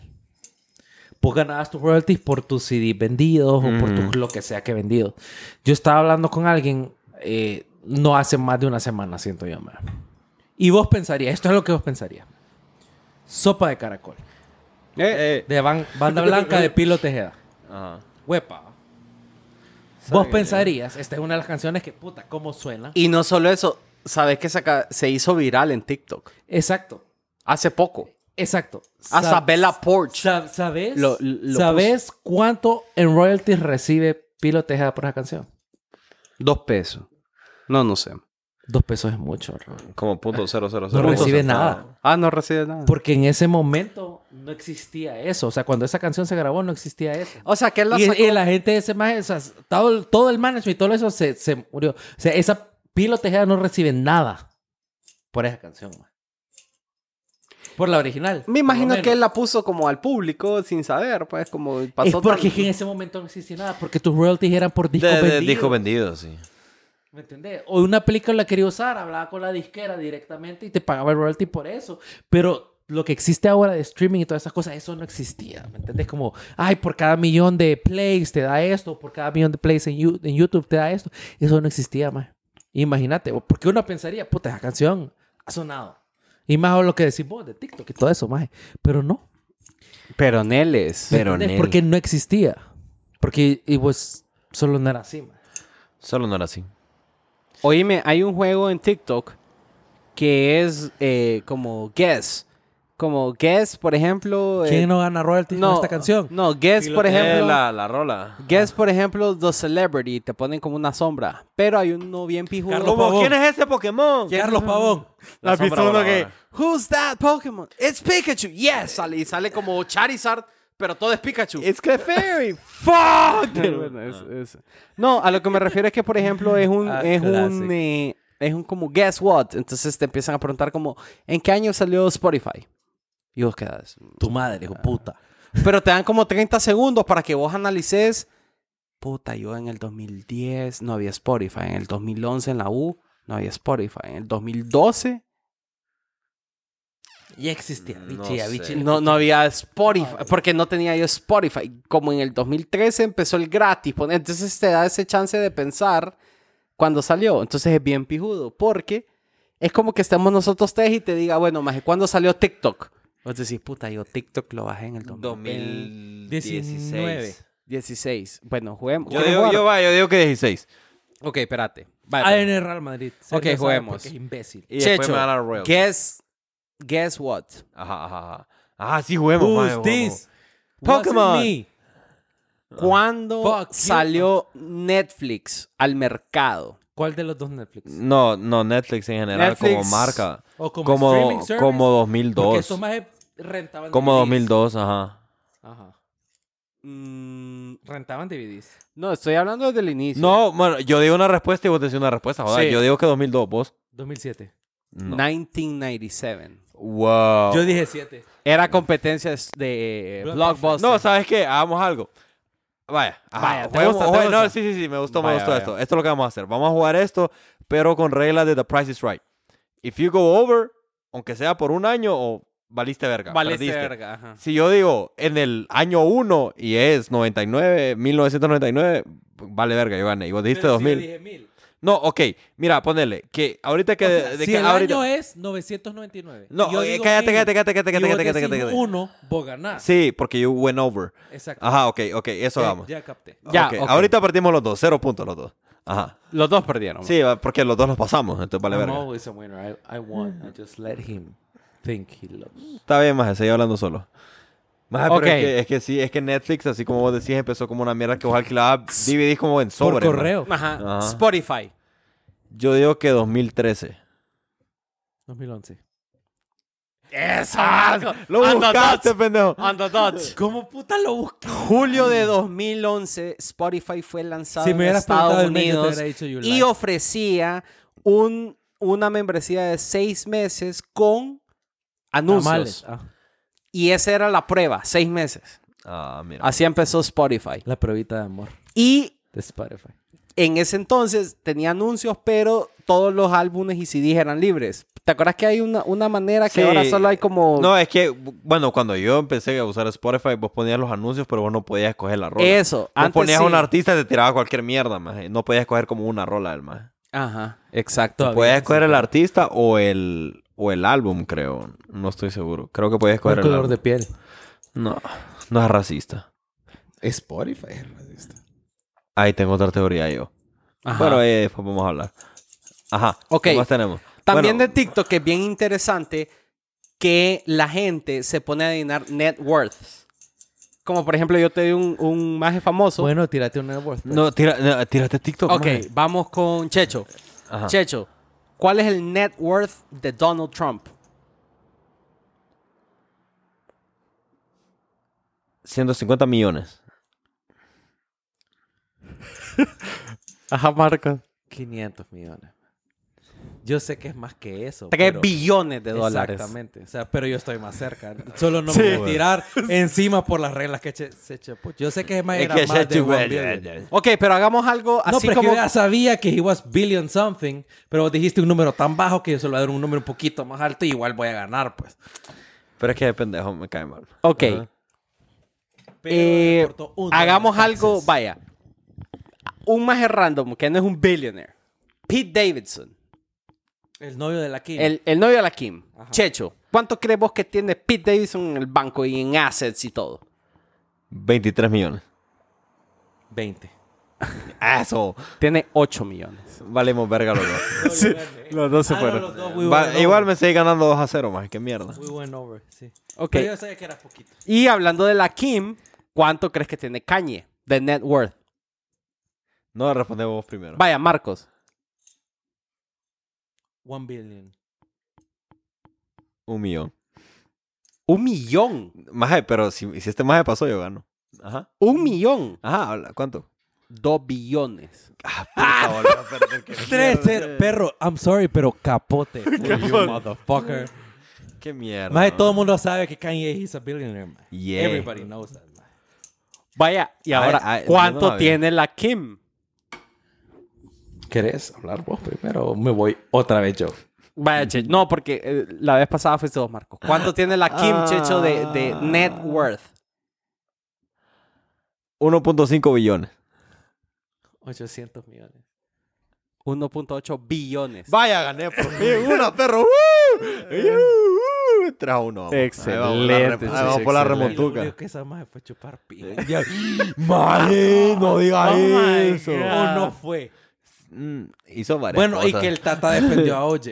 Speaker 3: vos ganabas tus royalties por tus CDs vendidos o por tus lo que sea que vendido. Yo estaba hablando con alguien eh, no hace más de una semana, siento yo. man. Y vos pensarías, esto es lo que vos pensarías. Sopa de caracol.
Speaker 5: Eh,
Speaker 3: De ban- banda blanca de Pilo Tejeda.
Speaker 5: Ajá.
Speaker 3: Huepa. Vos pensarías, esta es una de las canciones que, puta, cómo suena.
Speaker 4: Y no solo eso, sabes que se, aca- se hizo viral en TikTok
Speaker 3: Exacto,
Speaker 4: hace poco.
Speaker 3: exacto.
Speaker 4: Hasta
Speaker 3: Sab-
Speaker 4: Bella Porch.
Speaker 3: sab- ¿Sabes?
Speaker 4: Lo- lo
Speaker 3: ¿Sabes cuánto en royalties recibe Pilo Tejeda por esa canción?
Speaker 4: Dos pesos. No, no sé.
Speaker 3: Dos pesos es mucho. Raúl.
Speaker 5: Como punto cero cero
Speaker 3: No
Speaker 5: cero
Speaker 3: recibe
Speaker 5: centavo.
Speaker 3: nada.
Speaker 4: Ah, no recibe nada.
Speaker 3: Porque en ese momento no existía eso. O sea, cuando esa canción se grabó no existía eso.
Speaker 4: O sea, que él la
Speaker 3: Y,
Speaker 4: sacó.
Speaker 3: y la gente de ese maje, o sea, todo, el- todo el management y todo eso se, se murió. O sea, esa Pilo Tejeda no recibe nada por esa canción. man. Por la original. por
Speaker 4: Me
Speaker 3: lo
Speaker 4: imagino
Speaker 3: menos.
Speaker 4: que él la puso como al público sin saber, pues como
Speaker 3: Es
Speaker 4: pasó
Speaker 3: porque
Speaker 4: tan-
Speaker 3: es que en ese momento no existía nada, porque tus royalties eran por discos
Speaker 5: De, de
Speaker 3: vendidos.
Speaker 5: disco vendido, sí.
Speaker 3: ¿Me entendés? O una película la quería usar, hablaba con la disquera directamente y te pagaba el royalty por eso. Pero lo que existe ahora de streaming y todas esas cosas, eso no existía. ¿Me entendés? Como, ay, por cada millón de plays te da esto, por cada millón de plays en, Yu- en YouTube te da esto. Eso no existía más. Imagínate, o- porque uno pensaría, puta, esa canción ha sonado. Y más o lo que decís vos de TikTok y todo eso, más. Pero no.
Speaker 4: Pero Neles.
Speaker 3: ¿me entendés?
Speaker 5: Nel.
Speaker 3: Porque no existía. Porque, y pues, solo no era así, maje.
Speaker 5: Solo no era así.
Speaker 4: Oíme, hay un juego en TikTok que es eh, como Guess. Como Guess, por ejemplo. eh,
Speaker 3: ¿Quién no gana royalties con esta canción?
Speaker 4: No, Guess, por ejemplo.
Speaker 5: la, la rola.
Speaker 4: Guess, por ejemplo, The Celebrity. Te ponen como una sombra. Pero hay uno bien pijudo.
Speaker 3: Carlos Pavón.
Speaker 5: ¿Quién es ese Pokémon?
Speaker 3: Carlos Pavón.
Speaker 5: La sombra
Speaker 4: La pistola que.
Speaker 5: voladora.
Speaker 4: Who's that Pokémon? It's Pikachu. Yes. Sale, y sale como Charizard, pero todo es Pikachu.
Speaker 5: It's Clefairy.
Speaker 4: fuck. No, a lo que me refiero es que, por ejemplo, es un.
Speaker 3: Ah,
Speaker 4: es un
Speaker 3: clásico.
Speaker 4: eh, es un como guess what. Entonces te empiezan a preguntar como, ¿en qué año salió Spotify? Y vos quedas.
Speaker 3: Tu madre, hijo de puta.
Speaker 4: Pero te dan como 30 segundos para que vos analices. Puta, yo en el 2010 no había Spotify. En el 2011 en la U no había Spotify. En el 2012
Speaker 3: Ya existía.
Speaker 5: Mm, No
Speaker 3: Bichi, ya,
Speaker 5: sé.
Speaker 3: bichi.
Speaker 4: no, no había
Speaker 3: Ah,
Speaker 4: Spotify. Porque no tenía yo Spotify. Como en el 2013 empezó el gratis. pon- Entonces te da ese chance de pensar cuando salió. Entonces es bien pijudo. Porque es como que estamos nosotros tres y te diga, bueno, más ¿cuándo salió TikTok? Vos decís, puta, yo TikTok lo bajé en el 2016.
Speaker 5: 2016.
Speaker 4: Bueno, juguemos.
Speaker 5: Yo
Speaker 4: ¿Quieren
Speaker 5: digo,
Speaker 4: jugar?
Speaker 5: yo, va, yo digo que 16.
Speaker 4: Ok, espérate.
Speaker 3: Ah,
Speaker 4: Vaya,
Speaker 3: en el Real Madrid.
Speaker 4: Ok,
Speaker 3: lo sabe
Speaker 4: juguemos.
Speaker 3: porque Es imbécil.
Speaker 5: Y después
Speaker 4: Checho,
Speaker 5: me dan la royalty.
Speaker 4: guess, guess what?
Speaker 5: Ajá, ajá, ajá. Ah, sí, juguemos, mae, juguemos.
Speaker 3: Pokémon.
Speaker 5: Pokémon.
Speaker 4: ¿Cuándo
Speaker 3: Fuck you.
Speaker 4: salió Netflix al mercado?
Speaker 3: ¿Cuál de los dos Netflix?
Speaker 5: No, no, Netflix en general como
Speaker 4: Netflix.
Speaker 5: marca.
Speaker 3: O como streaming
Speaker 5: Como,
Speaker 3: service.
Speaker 5: como
Speaker 3: Porque
Speaker 5: 2002.
Speaker 3: estos más rentaban
Speaker 5: Como
Speaker 3: DVDs.
Speaker 5: 2002, ajá.
Speaker 3: Ajá.
Speaker 4: Mm,
Speaker 3: Rentaban DVDs.
Speaker 4: no, estoy hablando desde el inicio.
Speaker 5: No, bueno, yo digo una respuesta y vos decís una respuesta. Joder,
Speaker 4: Sí.
Speaker 5: yo digo que 2002, vos.
Speaker 3: 2007.
Speaker 5: No.
Speaker 4: 1997.
Speaker 5: Wow.
Speaker 3: Yo dije 7.
Speaker 4: Era competencia es- de eh, Blockbuster.
Speaker 5: No, ¿sabes qué? Hagamos algo. Vaya, ajá,
Speaker 4: Vaya, ¿te
Speaker 5: juguemos-
Speaker 4: gusta, te
Speaker 5: juguemos-
Speaker 4: gusta?
Speaker 5: No, sí, sí, sí, me gustó,
Speaker 4: Vaya,
Speaker 5: me gustó
Speaker 4: vaya.
Speaker 5: esto. Esto es lo que vamos a hacer. Vamos a jugar esto, pero con reglas de The Price is Right. If you go over, aunque sea por un año, o valiste verga.
Speaker 4: Valiste
Speaker 5: perdiste.
Speaker 4: verga. ajá.
Speaker 5: Si yo digo en el año 1 y es 99, 1999, vale verga, yo gané. Y vos dijiste 2000.
Speaker 3: dije 1000.
Speaker 5: No, ok, mira, ponele que ahorita que.
Speaker 3: O sea,
Speaker 5: de
Speaker 3: si
Speaker 5: que
Speaker 3: el
Speaker 5: ahorita-
Speaker 3: año es 999.
Speaker 5: No,
Speaker 3: y yo
Speaker 5: eh,
Speaker 3: digo
Speaker 5: cállate,
Speaker 3: 1000,
Speaker 5: cállate, cállate, cállate,
Speaker 3: y vos
Speaker 5: cállate, cállate,
Speaker 3: decís
Speaker 5: cállate.
Speaker 3: Uno, vos ganás.
Speaker 5: Sí, porque you went over.
Speaker 3: Exacto.
Speaker 5: Ajá, ok, ok, eso
Speaker 3: Ya-
Speaker 5: vamos.
Speaker 3: Ya capté.
Speaker 4: Ya,
Speaker 5: Ok,
Speaker 4: ok.
Speaker 5: Ahorita partimos los dos, cero puntos los dos. Ajá.
Speaker 4: Los dos perdieron.
Speaker 5: Sí, va- porque los dos nos pasamos, entonces vale
Speaker 3: I'm
Speaker 5: verga.
Speaker 3: always a winner. I, I won. I just let him think he loves.
Speaker 5: Está bien, Maje, seguí hablando solo. Maje, pero
Speaker 4: Ok.
Speaker 5: es, que, es que sí, es que Netflix, así como vos decís, empezó como una mierda que vos alquilabas DVDs como en sobre.
Speaker 3: Por
Speaker 5: maje.
Speaker 3: correo.
Speaker 4: Ajá.
Speaker 5: Ajá.
Speaker 4: Spotify.
Speaker 5: Yo digo que 2013.
Speaker 3: 2011.
Speaker 4: ¡Esa!
Speaker 5: Ah, Lo buscaste, pendejo.
Speaker 4: On the dots.
Speaker 3: ¿Cómo puta lo busqué?
Speaker 4: Julio de 2011, Spotify fue lanzado
Speaker 3: Si me
Speaker 4: en
Speaker 3: hubieras
Speaker 4: Estados
Speaker 3: preguntado el mes, yo te
Speaker 4: Unidos
Speaker 3: hubiera dicho July.
Speaker 4: y ofrecía un, una membresía de seis meses con anuncios.
Speaker 3: Tamales. Ah,
Speaker 4: Y esa era la prueba, seis meses.
Speaker 5: Ah, mira.
Speaker 4: Así empezó Spotify.
Speaker 3: la pruebita de amor
Speaker 4: Y
Speaker 3: de Spotify.
Speaker 4: en ese entonces tenía anuncios, pero todos los álbumes y CDs eran libres. ¿Te acuerdas que hay una, una manera que ahora
Speaker 5: Sí.
Speaker 4: solo hay como...
Speaker 5: No, es que, bueno, cuando yo empecé a usar Spotify, vos ponías los anuncios, pero vos no podías escoger la
Speaker 3: eh,
Speaker 5: rola.
Speaker 4: Eso,
Speaker 5: Vos
Speaker 4: antes
Speaker 5: ponías
Speaker 4: sí.
Speaker 5: a un artista y te tiraba cualquier mierda, más. eh, No podías escoger como una rola del más.
Speaker 4: Ajá, exacto.
Speaker 3: Todavía
Speaker 5: Podías
Speaker 3: sí,
Speaker 5: escoger el artista o el, o el álbum, creo. No estoy seguro. Creo que podías escoger
Speaker 3: Con
Speaker 5: el,
Speaker 3: color
Speaker 5: álbum.
Speaker 3: de piel.
Speaker 5: No, no es racista.
Speaker 6: Spotify es racista.
Speaker 5: Ahí tengo otra teoría yo.
Speaker 4: Ajá.
Speaker 5: Pero eh, después vamos a hablar. Ajá.
Speaker 4: Ok.
Speaker 5: ¿Qué más tenemos?
Speaker 4: También
Speaker 5: Bueno,
Speaker 4: de TikTok que es bien interesante que la gente se pone a adivinar net worths. Como por ejemplo, yo te di un, un maje famoso.
Speaker 3: Bueno, tírate un network.
Speaker 5: No, tira, no, tírate TikTok.
Speaker 4: ok,
Speaker 5: maje.
Speaker 4: vamos con Checho.
Speaker 5: Ajá.
Speaker 4: Checho, ¿cuál es el net worth de Donald Trump?
Speaker 5: 150 millones.
Speaker 4: Ajá, Marco.
Speaker 3: 500 millones. Yo sé que es más que eso.
Speaker 4: 3
Speaker 3: pero-
Speaker 4: billones de dólares.
Speaker 3: Exactamente. O sea, pero yo estoy más cerca. Solo no me voy a tirar encima por las reglas que che- se chepó. Yo sé que es más,
Speaker 5: Es
Speaker 3: era
Speaker 5: que
Speaker 3: más
Speaker 5: ya
Speaker 3: de
Speaker 5: tú-
Speaker 3: one billion.
Speaker 4: Ok, pero hagamos algo
Speaker 3: No,
Speaker 4: así
Speaker 3: pero es que
Speaker 4: como.
Speaker 3: yo ya sabía que he was billion something, pero vos dijiste un número tan bajo que yo solo voy a dar un número un poquito más alto y igual voy a ganar, pues.
Speaker 5: Pero es que de pendejo me cae mal.
Speaker 4: Ok.
Speaker 3: Pero
Speaker 4: Eh,
Speaker 3: le cortó un dólar
Speaker 4: hagamos
Speaker 3: en
Speaker 4: algo,
Speaker 3: taxes.
Speaker 4: vaya. Un maje random que no es un billionaire. Pete Davidson.
Speaker 3: El novio de la Kim.
Speaker 4: El, el novio de la Kim.
Speaker 3: Ajá.
Speaker 4: Checho, ¿cuánto crees vos que tiene Pete Davidson en el banco y en assets y todo?
Speaker 5: 23 millones.
Speaker 3: 20.
Speaker 5: Eso.
Speaker 4: Tiene 8 millones.
Speaker 5: Valemos verga los dos.
Speaker 4: Los dos
Speaker 3: Ah, no, los dos, we
Speaker 5: Va-
Speaker 3: went over.
Speaker 5: igual me seguí ganando 2 a 0 más. Qué mierda.
Speaker 3: We went over, sí.
Speaker 4: Ok.
Speaker 3: Pero yo sabía que era poquito.
Speaker 4: Y hablando de la Kim, ¿cuánto crees que tiene Kanye de net worth?
Speaker 5: No, respondemos vos primero.
Speaker 4: Vaya, Marcos.
Speaker 3: One billion.
Speaker 5: Un millón.
Speaker 4: Un millón.
Speaker 5: Maje, pero si, si este maje pasó, yo gano. Ajá.
Speaker 4: Un millón.
Speaker 5: Ajá, habla. ¿Cuánto?
Speaker 4: Dos billones.
Speaker 5: Ah, boludo, perdón, qué
Speaker 3: Tres,
Speaker 5: mierda.
Speaker 3: cero. perro. I'm sorry, pero capote. You motherfucker.
Speaker 5: Qué mierda.
Speaker 3: Más de
Speaker 5: ¿no?
Speaker 3: todo el mundo sabe que Kanye is a billionaire, man.
Speaker 5: Yeah.
Speaker 3: Everybody knows that, man.
Speaker 4: Vaya, y ahora,
Speaker 5: ay, yo
Speaker 4: ¿cuánto
Speaker 5: no la vi.
Speaker 4: tiene la Kim?
Speaker 6: ¿Querés hablar vos primero o me voy otra vez yo?
Speaker 4: Vaya, Checho. No, porque eh, la vez pasada fuiste vos, Marcos. ¿Cuánto tiene la Kim, Checho, de, de
Speaker 3: Ah.
Speaker 4: net worth?
Speaker 5: 1.5 billones.
Speaker 3: 800 millones.
Speaker 4: 1.8 billones.
Speaker 5: Vaya, gané por fin. Una, perro. ¡Uh! ¡Uh! ¡Uh! Tres a uno. vamos. Ahí vamos, la
Speaker 4: Excelente,
Speaker 5: rem- ahí vamos por la
Speaker 4: excelente.
Speaker 3: Y Lo
Speaker 5: remontuca.
Speaker 3: único que esa madre fue chupar pija.
Speaker 5: Maje, no digas eso.
Speaker 3: O no fue.
Speaker 5: Mm, hizo varias
Speaker 3: Bueno,
Speaker 5: cosas.
Speaker 3: y que el Tata defendió a OJ.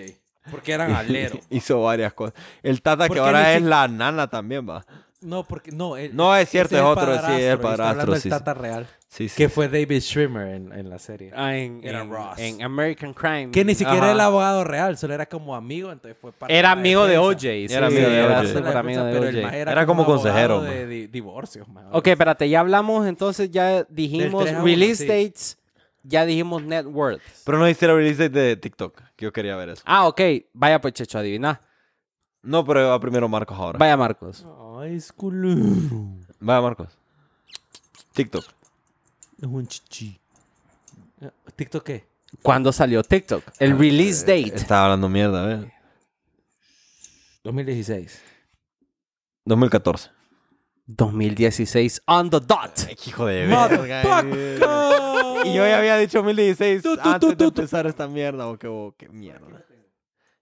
Speaker 3: Porque eran alero.
Speaker 5: Hizo varias cosas. El Tata que
Speaker 3: Porque
Speaker 5: ahora
Speaker 3: ni
Speaker 5: es
Speaker 3: si-
Speaker 5: la nana también, va.
Speaker 3: No, porque no. el-
Speaker 5: No, es cierto,
Speaker 3: ese
Speaker 5: es otro, sí, es el
Speaker 3: yo estoy
Speaker 5: padrastro,
Speaker 3: hablando del
Speaker 5: sí, sí.
Speaker 3: Tata real.
Speaker 5: Sí, sí.
Speaker 3: Que fue David Schwimmer en, en la serie.
Speaker 4: Ah, en,
Speaker 3: Era
Speaker 4: en-
Speaker 3: Ross.
Speaker 4: en American Crime.
Speaker 3: Que ni siquiera
Speaker 4: Ajá.
Speaker 3: era el abogado real, solo era como amigo, entonces fue parte
Speaker 4: Era
Speaker 3: la
Speaker 4: amigo de
Speaker 3: defensa.
Speaker 4: OJ. sí,
Speaker 5: Era amigo de
Speaker 4: era
Speaker 5: OJ.
Speaker 4: súper
Speaker 3: Era
Speaker 4: amigo de
Speaker 3: defensa, pero el
Speaker 4: OJ.
Speaker 3: maje
Speaker 5: Era como consejero,
Speaker 3: abogado de
Speaker 5: man.
Speaker 3: di- divorcios, man.
Speaker 4: Ok, espérate, ya hablamos, entonces ya dijimos
Speaker 3: tres a uno,
Speaker 4: release
Speaker 3: sí.
Speaker 4: dates, ya dijimos net worth.
Speaker 5: Pero no hicieron release date de TikTok. que Yo quería ver eso.
Speaker 4: Ah, ok, vaya pues Checho, adivina.
Speaker 5: No, pero va primero Marcos ahora.
Speaker 4: Vaya Marcos.
Speaker 3: Ay, es culero.
Speaker 5: Vaya, Marcos. TikTok.
Speaker 3: Es un chichi. ¿TikTok qué?
Speaker 4: ¿Cuándo salió TikTok?
Speaker 3: Ah,
Speaker 4: El release
Speaker 3: eh,
Speaker 4: date.
Speaker 5: Estaba hablando mierda, ¿eh?
Speaker 3: 2016.
Speaker 5: 2014.
Speaker 4: 2016 on the dot.
Speaker 5: Hijo de
Speaker 3: ¡Motherfucker!
Speaker 5: Y yo ya había dicho 2016
Speaker 3: Tú, tú, tú,
Speaker 5: antes de
Speaker 3: tú, tú.
Speaker 5: empezar esta mierda. ¿O qué, bo- qué mierda?